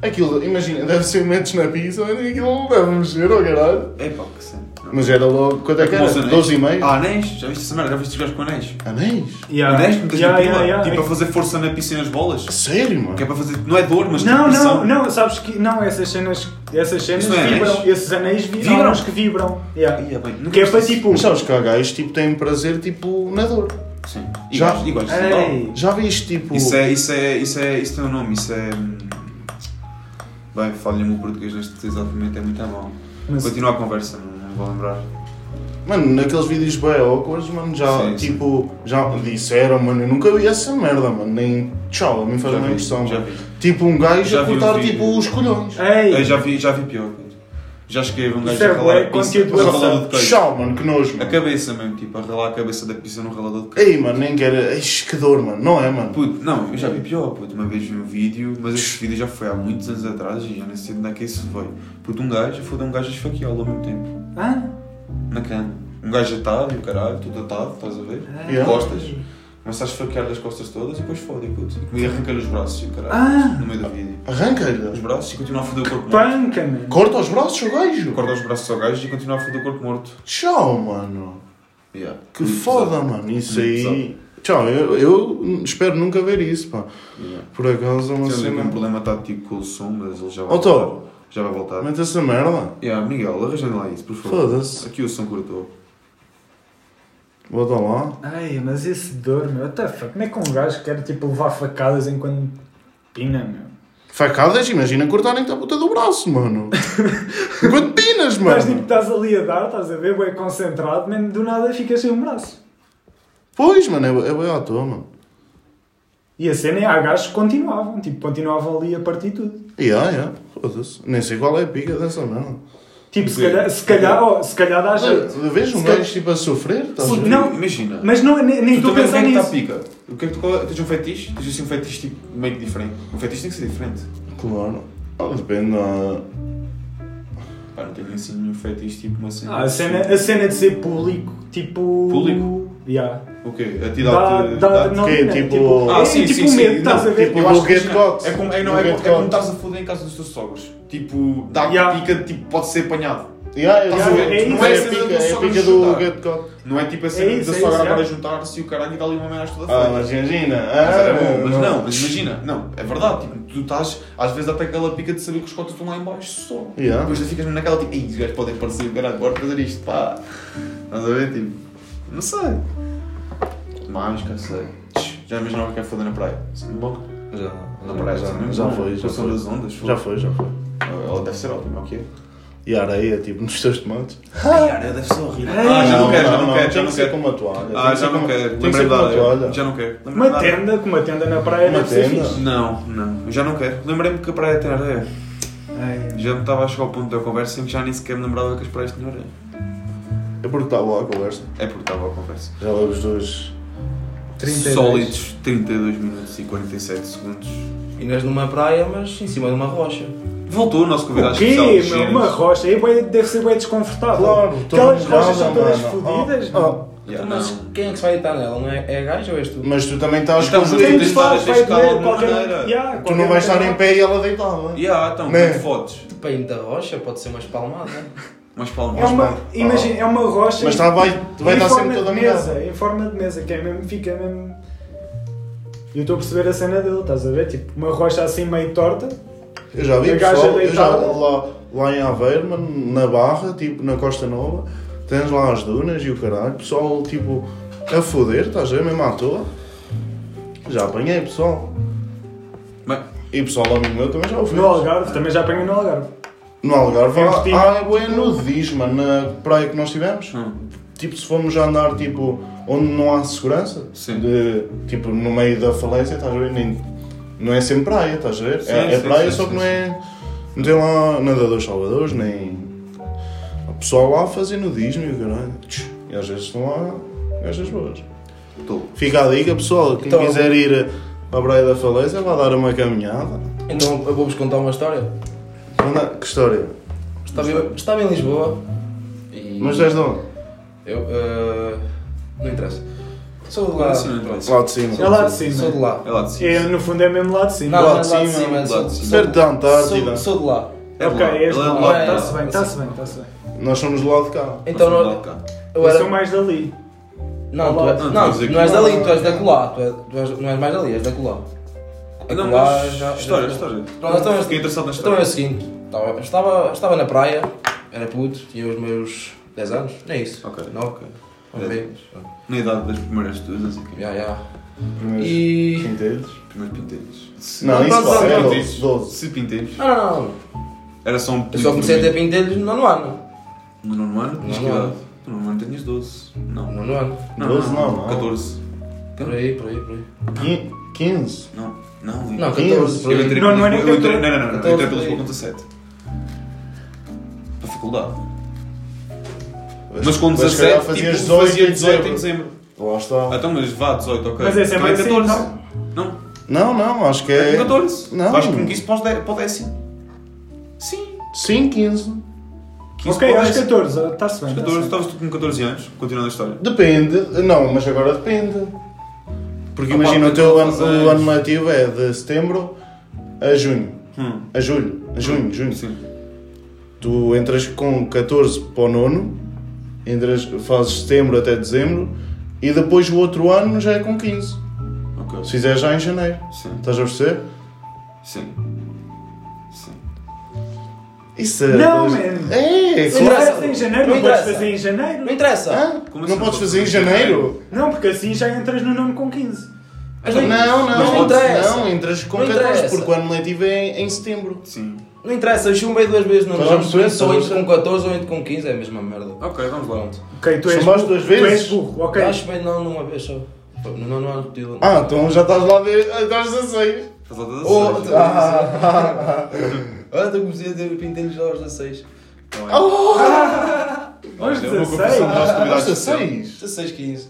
Speaker 2: Aquilo, imagina, deve ser metes na pizza, mas aquilo deve mexer, oh caralho.
Speaker 1: É pá, que cena. Não,
Speaker 2: Mas era logo. Quanto é que era?
Speaker 1: Os anéis.
Speaker 2: 12 e meio?
Speaker 1: Ah, anéis? Já viste essa merda? Já viste os gajos com anéis?
Speaker 2: Anéis?
Speaker 3: Yeah.
Speaker 1: Anéis? Metes
Speaker 3: Yeah,
Speaker 1: na pila?
Speaker 3: yeah, yeah.
Speaker 1: Tipo, a fazer força na piscina nas bolas?
Speaker 2: A sério, mano?
Speaker 1: Que é para fazer... Não é dor, mas
Speaker 3: Não,
Speaker 1: tipo,
Speaker 3: não,
Speaker 1: pressão.
Speaker 3: não, sabes que. Não, essas cenas. Essas cenas
Speaker 1: Isso não é
Speaker 3: vibram.
Speaker 1: anéis?
Speaker 3: Esses anéis vibram.
Speaker 1: Vibram?
Speaker 3: Os que vibram. Yeah.
Speaker 1: Ia bem, nunca
Speaker 3: Que é para
Speaker 1: gostei.
Speaker 3: tipo.
Speaker 2: Mas sabes que há gajos tipo, têm prazer tipo, na dor.
Speaker 1: Sim.
Speaker 2: Já-
Speaker 1: Iguais, iguais.
Speaker 3: Ei.
Speaker 2: Já viste tipo.
Speaker 1: Isso é, isso é, isso é, isso tem um nome, isso é... hum, Bem, falha-me o português neste exato momento, é muito mal.
Speaker 3: Mas-
Speaker 1: Continua a conversa, não, não vou lembrar.
Speaker 2: Mano, naqueles vídeos bem awkwards, mano, já
Speaker 1: Sim, sim.
Speaker 2: tipo. Já disseram, mano, eu nunca vi essa merda, mano. Nem. Tchau, a mim faz
Speaker 1: Já
Speaker 2: uma
Speaker 1: vi,
Speaker 2: impressão.
Speaker 1: já
Speaker 2: mano.
Speaker 1: vi.
Speaker 2: Tipo um gajo
Speaker 1: Já
Speaker 2: a
Speaker 1: vi um
Speaker 2: cortar
Speaker 1: vídeo. É,
Speaker 2: tipo os colhões.
Speaker 1: Eu
Speaker 3: Ei!
Speaker 1: já vi, já vi pior. cara. Já escrevi um
Speaker 3: Isso
Speaker 1: gajo
Speaker 3: é
Speaker 1: a ralar
Speaker 3: bué
Speaker 1: a pizza,
Speaker 3: conteúdo
Speaker 1: a
Speaker 3: de
Speaker 1: ralar o de queijo.
Speaker 2: Tchau, mano, que nojo,
Speaker 1: A
Speaker 2: mano.
Speaker 1: cabeça mesmo, tipo, a ralar a cabeça da pizza num ralador de queijo.
Speaker 2: Ei, mano, nem quero. Eish, que dor, mano. Não é, mano?
Speaker 1: Puto, não, eu já vi pior, puto. Uma vez vi um vídeo, mas este vídeo já foi há muitos anos atrás e já nem sei de onde é que isso foi. Puto, um gajo, foi de um gajo a esfaqueá-lo ao mesmo tempo,
Speaker 3: Hã?
Speaker 1: na cama. Um gajo atado e o caralho, tudo atado, estás a ver?
Speaker 2: Yeah.
Speaker 1: Costas. Começa a esfaquear das costas todas e depois fode, puto. E arranca-lhe os braços e o caralho,
Speaker 3: Ah.
Speaker 1: no meio do vídeo. Os
Speaker 2: Arranca-lhe.
Speaker 1: braços e continua a foder o corpo morto.
Speaker 3: Panca, mano!
Speaker 2: Corta os braços, o gajo.
Speaker 1: Acorda os braços ao gajo e continua a foder o corpo morto.
Speaker 2: Tchau, mano.
Speaker 1: Yeah.
Speaker 2: Que
Speaker 1: Muito
Speaker 2: foda,
Speaker 1: pesado.
Speaker 2: mano. Isso
Speaker 1: Muito
Speaker 2: aí. Tchau, eu, eu espero nunca ver isso, pá.
Speaker 1: Yeah.
Speaker 2: Por acaso é uma
Speaker 1: Tem ali um
Speaker 2: cena.
Speaker 1: problema tático com o som, mas ele já vai
Speaker 2: Ó, Tó,
Speaker 1: Já vai voltar.
Speaker 2: mete essa merda.
Speaker 1: Yeah, Miguel, arranja-me lá isso, por favor.
Speaker 2: Foda-se.
Speaker 1: Aqui o som cortou.
Speaker 2: Bota lá.
Speaker 3: Ai, mas esse dor, meu, what the fuck? Como é que um gajo quer tipo levar facadas enquanto pina, meu?
Speaker 2: Facadas, imagina cortarem-te a puta do braço, mano. Enquanto pinas,
Speaker 3: Mas tipo,
Speaker 2: mano.
Speaker 3: estás ali a dar, estás a ver, bem concentrado, mesmo do nada ficas sem um braço.
Speaker 2: Pois, mano, é, é bem à toa, mano.
Speaker 3: E a cena é, há gajos que continuavam, tipo, continuavam ali a partir tudo.
Speaker 2: E yeah, yeah. foda-se. Nem sei qual é a pica dessa merda.
Speaker 3: Tipo, se
Speaker 1: Sim.
Speaker 3: calhar, se
Speaker 1: é.
Speaker 3: calhar, oh, se calhar dá jeito.
Speaker 2: Eu vejo um
Speaker 3: Se cal-
Speaker 2: gajo tipo a sofrer, estás a
Speaker 3: Sim.
Speaker 2: ver?
Speaker 3: Não.
Speaker 1: Imagina.
Speaker 3: Mas não, é, nem nem
Speaker 1: tu
Speaker 3: estou a
Speaker 1: também
Speaker 3: pensar
Speaker 1: tem que estar
Speaker 3: nisso.
Speaker 1: pica. O que é que tu qual é? Tens um fetiche? Tens assim um fetiche tipo, meio que diferente. Um fetiche tem que ser diferente.
Speaker 2: Claro. Ah, depende da.
Speaker 1: Pá, não tenho assim nenhum fetiche tipo uma cena.
Speaker 3: Ah, a, cena, a cena de ser público, tipo.
Speaker 1: Público?
Speaker 3: Yeah.
Speaker 1: O quê? A ti
Speaker 3: Dá,
Speaker 1: dá-te.
Speaker 3: dá,
Speaker 1: dá-te-
Speaker 3: não,
Speaker 2: Que é
Speaker 3: não,
Speaker 2: tipo-
Speaker 1: Ah,
Speaker 3: é,
Speaker 1: sim,
Speaker 3: tipo
Speaker 1: sim, sim,
Speaker 3: medo,
Speaker 1: não,
Speaker 3: estás a ver?
Speaker 2: tipo,
Speaker 1: Eu acho que
Speaker 2: Get
Speaker 1: imagina,
Speaker 2: Got.
Speaker 1: É como, é, não, é,
Speaker 2: Get
Speaker 1: é como
Speaker 2: Got.
Speaker 1: estás a foder em casa dos teus sogros. Tipo, dá
Speaker 3: Yeah.
Speaker 1: pica, tipo, pode ser apanhado.
Speaker 2: Yeah, yeah,
Speaker 3: Tá
Speaker 2: yeah,
Speaker 3: bem, é
Speaker 2: não
Speaker 3: isso.
Speaker 2: é
Speaker 3: É
Speaker 2: a pica,
Speaker 1: isso.
Speaker 2: é a pica
Speaker 1: Só
Speaker 2: do
Speaker 1: nos
Speaker 2: Get Got.
Speaker 1: Não é tipo a
Speaker 3: É
Speaker 1: cena
Speaker 3: isso,
Speaker 1: da
Speaker 3: é
Speaker 1: sogra
Speaker 3: isso,
Speaker 1: agora
Speaker 3: é.
Speaker 1: juntar-se e o caralho e dá ali uma merda toda
Speaker 2: Ah,
Speaker 1: feita.
Speaker 2: mas imagina.
Speaker 1: Mas
Speaker 2: Ah,
Speaker 1: era bom, mas não, mas imagina, não, é verdade, tipo, tu estás, às vezes até aquela pica de saber que os cotas estão lá em baixo só.
Speaker 2: Yeah.
Speaker 1: Depois tu ficas mesmo naquela tipo, ei, os gajos podem parecer, caralho, bora fazer isto, pá. Estás a ver, tipo, não sei. Mais, cansei. Já imaginava que é foder na praia. Sim, bom.
Speaker 5: Já,
Speaker 1: Na praia,
Speaker 2: já-
Speaker 1: sim,
Speaker 2: já
Speaker 1: bom.
Speaker 2: foi, já
Speaker 1: Com o som
Speaker 2: foi.
Speaker 1: das ondas,
Speaker 2: Já foi, já foi.
Speaker 1: Ela deve ser ótima, ok?
Speaker 2: E a areia, tipo, nos teus tomates.
Speaker 1: Cara, deve ser horrível. Ah, já não quero, já não quero, já
Speaker 2: Tem
Speaker 1: não
Speaker 2: que ser com
Speaker 1: quero.
Speaker 2: uma
Speaker 1: Ah,
Speaker 2: toalha. tem que ser
Speaker 1: já
Speaker 2: com
Speaker 1: não
Speaker 2: uma-
Speaker 1: quero.
Speaker 2: Tem que ser
Speaker 1: Lembrei-me
Speaker 2: com
Speaker 1: da
Speaker 2: uma
Speaker 1: área.
Speaker 2: toalha.
Speaker 1: Já não quero. Lembrei-me da
Speaker 3: Uma
Speaker 1: área.
Speaker 3: tenda, com uma tenda na praia
Speaker 2: Uma
Speaker 3: deve ser
Speaker 2: tenda.
Speaker 3: fixe.
Speaker 1: Não, não, eu já não quero. Lembrei-me que a praia tem areia.
Speaker 3: Ai,
Speaker 1: Já me estava a chegar ao ponto da conversa em que já nem sequer me lembrava que as praias tinham areia.
Speaker 2: É porque está boa a conversa.
Speaker 1: É porque estava a conversa.
Speaker 2: Já levamos dois.
Speaker 3: 32.
Speaker 1: Sólidos 32 minutos e 47 segundos.
Speaker 5: E nós numa praia, mas em cima de uma rocha.
Speaker 1: Voltou o nosso convidado
Speaker 3: O quê,
Speaker 1: especial.
Speaker 3: meu?
Speaker 1: dos géneros.
Speaker 3: Uma rocha. Aí bué- deve ser bem desconfortável.
Speaker 2: tô
Speaker 3: Aquelas
Speaker 2: molhada,
Speaker 3: rochas são todas
Speaker 2: mano.
Speaker 3: fodidas.
Speaker 2: Oh,
Speaker 3: mano.
Speaker 1: Yeah,
Speaker 5: Então,
Speaker 1: não.
Speaker 5: mas quem é que se vai deitar nela? Não é, é a gaja ou és tu?
Speaker 2: Mas tu também estás
Speaker 1: Então,
Speaker 2: com
Speaker 1: mas
Speaker 2: os
Speaker 1: tem
Speaker 3: Quem
Speaker 1: de
Speaker 2: dedos.
Speaker 1: estar-
Speaker 3: faz
Speaker 1: tens
Speaker 3: um vai
Speaker 1: de estar
Speaker 3: doer
Speaker 1: de alguma
Speaker 3: qualquer-
Speaker 1: maneira.
Speaker 3: Yeah,
Speaker 2: Tu
Speaker 3: qualquer
Speaker 2: não vais estar em
Speaker 3: maneira.
Speaker 2: pé e ela deitada.
Speaker 1: Yeah, então,
Speaker 2: Né?
Speaker 1: tem fotos.
Speaker 5: Depende da Tipo, rocha, pode ser uma espalmada.
Speaker 1: Mas
Speaker 3: É
Speaker 1: palmas.
Speaker 3: uma, imagina, é uma rocha
Speaker 2: tá, Mas tá, vai, vai
Speaker 3: em
Speaker 2: estar
Speaker 3: forma
Speaker 2: sempre toda
Speaker 3: de
Speaker 2: molhada.
Speaker 3: mesa, em forma de mesa, que é mesmo, fica mesmo... Eu estou a perceber a cena dele, estás a ver? Tipo, uma rocha assim meio torta.
Speaker 2: Eu já vi,
Speaker 3: A gaja
Speaker 2: pessoal, eu já,
Speaker 3: deitada.
Speaker 2: lá, lá em Aveiro, mano, na Barra, tipo, na Costa Nova, tens lá as dunas e o caralho, pessoal, tipo, a foder, estás a ver, mesmo à toa. Já apanhei, pessoal.
Speaker 1: Mas-
Speaker 2: E pessoal amigo meu também já o fez.
Speaker 3: No Algarve, também já apanhei no Algarve.
Speaker 2: No Algarve,
Speaker 3: Em
Speaker 2: há-
Speaker 3: Cotia.
Speaker 2: ah, é bué nudismo, mano, na praia que nós tivemos.
Speaker 1: Hum.
Speaker 2: Tipo, se formos a andar, tipo, onde não há segurança,
Speaker 1: Sim.
Speaker 2: de- tipo, no meio da falência, estás a ver, nem- não é sempre praia, estás a ver?
Speaker 1: Sim,
Speaker 2: é é
Speaker 1: sim,
Speaker 2: praia,
Speaker 1: sim,
Speaker 2: só
Speaker 1: sim,
Speaker 2: que não é... Não tem lá nadadores salvadores, nem... O pessoal lá a fazer nudismo e o caralho. Tch, E às vezes estão lá gajas boas.
Speaker 1: Estou.
Speaker 2: Fica a dica, pessoal, quem
Speaker 5: Então,
Speaker 2: quiser ir à praia da falência, vá dar uma caminhada.
Speaker 5: Então eu vou-vos contar uma história.
Speaker 2: Anda- Que história?
Speaker 5: Estava, eu estava em Lisboa e.
Speaker 2: Mas és de onde?
Speaker 5: Eu. eh, não interessa. Sou de
Speaker 1: Como
Speaker 5: lá.
Speaker 1: assim não interessa?
Speaker 2: Lá de cima.
Speaker 3: É lá de
Speaker 5: Sou de
Speaker 3: cima.
Speaker 5: lá.
Speaker 1: É lá de cima.
Speaker 3: É, no fundo é mesmo lá de cima.
Speaker 5: Não,
Speaker 2: Lá
Speaker 5: não é
Speaker 2: de
Speaker 5: lá de
Speaker 2: cima,
Speaker 5: cima.
Speaker 1: lá de
Speaker 5: sou-
Speaker 1: cima.
Speaker 2: Perto da Antártida.
Speaker 5: Sou, sou de lá.
Speaker 1: É de
Speaker 3: ok,
Speaker 1: lá.
Speaker 3: é este
Speaker 1: Ele é de
Speaker 3: lado.
Speaker 1: lá.
Speaker 3: Está-se bem, está-se bem, está-se bem.
Speaker 2: Nós somos do lado de cá.
Speaker 1: Nós
Speaker 4: Então
Speaker 1: somos
Speaker 4: não,
Speaker 1: lá cá.
Speaker 4: eu
Speaker 3: Eu
Speaker 4: era.
Speaker 3: sou mais dali.
Speaker 4: Não, tu,
Speaker 3: Olá,
Speaker 4: é-
Speaker 1: não,
Speaker 4: não,
Speaker 1: tu és
Speaker 4: tu não és
Speaker 3: aqui.
Speaker 4: dali, tu és da Colá. Tu, é- tu és, não és mais dali, és da Colá. A
Speaker 1: Não,
Speaker 4: Colá
Speaker 1: mas.
Speaker 4: é já- já-
Speaker 1: História,
Speaker 4: já-
Speaker 1: história.
Speaker 4: Pronto, então é-
Speaker 1: Fiquei interessado na
Speaker 4: Então é
Speaker 1: história.
Speaker 4: o seguinte: estava, estava, estava na praia, era puto, tinha os meus 10 anos, não é isso?
Speaker 1: Ok.
Speaker 4: Não, ok. Vamos
Speaker 1: Dez
Speaker 4: ver.
Speaker 1: Na idade das primeiras duas, assim que.
Speaker 4: Já, já.
Speaker 2: Primeiros
Speaker 4: E.
Speaker 2: quinteiros.
Speaker 1: Primeiros pintelhos. Se-
Speaker 2: Não, isso
Speaker 4: pronto,
Speaker 2: pode
Speaker 4: não,
Speaker 2: ser
Speaker 4: não,
Speaker 2: 12. 12.
Speaker 1: Se pintelhos.
Speaker 4: Não, não, não.
Speaker 1: Era só um
Speaker 4: Eu só
Speaker 1: pintelho
Speaker 4: comecei a ter
Speaker 1: vermelho.
Speaker 4: pintelhos no nono ano.
Speaker 1: No nono ano, tinhas que
Speaker 4: No nono
Speaker 1: idade? No nono ano tinhas 12.
Speaker 4: No
Speaker 1: Não.
Speaker 4: nono ano.
Speaker 1: Não,
Speaker 2: 12 não, não.
Speaker 1: 14.
Speaker 4: Por aí, por aí, por aí.
Speaker 2: Quin- 15.
Speaker 1: Não, não.
Speaker 4: Não,
Speaker 2: Quinze.
Speaker 4: 14. Por
Speaker 1: Eu
Speaker 4: aí.
Speaker 1: entrei
Speaker 3: Não,
Speaker 1: pelos-
Speaker 3: não é nem
Speaker 1: eu entrei-
Speaker 3: 14.
Speaker 1: Não, não, não, não. Eu entrei pelos
Speaker 4: 14.
Speaker 1: com 17. Para a faculdade. Mas com
Speaker 2: se calhar
Speaker 1: 17,
Speaker 2: fazias
Speaker 1: tipo, fazia
Speaker 2: 18
Speaker 1: 18 em dezembro.
Speaker 2: Lá está.
Speaker 1: Ah, então, mas vá, 18, ok.
Speaker 3: Mas esse é
Speaker 1: Então
Speaker 3: mais assim,
Speaker 1: 14.
Speaker 3: então.
Speaker 1: Não,
Speaker 2: Não, não, acho que
Speaker 1: é
Speaker 2: é.
Speaker 1: com 14.
Speaker 2: Não.
Speaker 1: Vais com 15 para os 10 para o décimo. Sim.
Speaker 2: Sim, 15.
Speaker 1: 15
Speaker 3: Ok, é
Speaker 1: para o
Speaker 3: aos
Speaker 1: décimo.
Speaker 3: 14, está-se bem.
Speaker 1: Aos
Speaker 3: tá-se
Speaker 1: 14,
Speaker 3: bem.
Speaker 1: estavas tu com 14 anos, continuando a história.
Speaker 2: Depende, não, mas agora depende. Porque
Speaker 1: Ah, pá,
Speaker 2: imagina, o
Speaker 1: porque
Speaker 2: teu
Speaker 1: tu
Speaker 2: ano,
Speaker 1: fazes-
Speaker 2: o ano letivo é de setembro a junho.
Speaker 1: Hum,
Speaker 2: A julho, a junho, junho.
Speaker 1: sim.
Speaker 2: Tu entras com 14 para o nono, entras, fazes setembro até dezembro e depois o outro ano já é com 15.
Speaker 1: Ok.
Speaker 2: Se fizer já em janeiro.
Speaker 1: Sim,
Speaker 2: Estás a perceber?
Speaker 1: sim. Sim.
Speaker 2: Isso é.
Speaker 3: Não, man.
Speaker 2: É, é
Speaker 3: Se
Speaker 2: claro.
Speaker 3: fazes em janeiro,
Speaker 4: Não
Speaker 3: não podes
Speaker 4: interessa.
Speaker 3: fazer em janeiro.
Speaker 4: Não interessa.
Speaker 2: Hã?
Speaker 1: Como
Speaker 2: não
Speaker 1: assim
Speaker 2: podes fazer em janeiro?
Speaker 3: Não, porque assim já entras no nome com 15.
Speaker 4: Mas
Speaker 2: Não, não,
Speaker 4: mas não interessa.
Speaker 2: não, entras com
Speaker 4: Não
Speaker 2: 14,
Speaker 4: interessa.
Speaker 2: porque o ano letivo é em, em setembro.
Speaker 1: Sim.
Speaker 4: Não interessa, eu chumbei duas vezes no
Speaker 2: Estás a
Speaker 4: nono.
Speaker 2: perceber?
Speaker 4: Só
Speaker 2: Estás
Speaker 4: entro
Speaker 2: a
Speaker 4: com 14 ou entro com 15, é a mesma merda.
Speaker 1: Ok, vamos lá.
Speaker 4: Pronto.
Speaker 3: Ok, tu és
Speaker 2: Chamaste
Speaker 3: burro.
Speaker 2: duas
Speaker 3: Tu
Speaker 2: vezes?
Speaker 3: és burro, ok.
Speaker 4: Acho bem não numa vez só. No nono ano repetido.
Speaker 2: Ah, então já estás lá de, estás 16.
Speaker 1: Estás lá todas
Speaker 4: Oh,
Speaker 1: as
Speaker 4: ah, ah, ah, ah. Ah, então comecei a ter pintelhos aos 16.
Speaker 3: Aos
Speaker 1: Olha, eu vou confessar
Speaker 3: 16.
Speaker 2: Estás 16?
Speaker 4: 16, 15.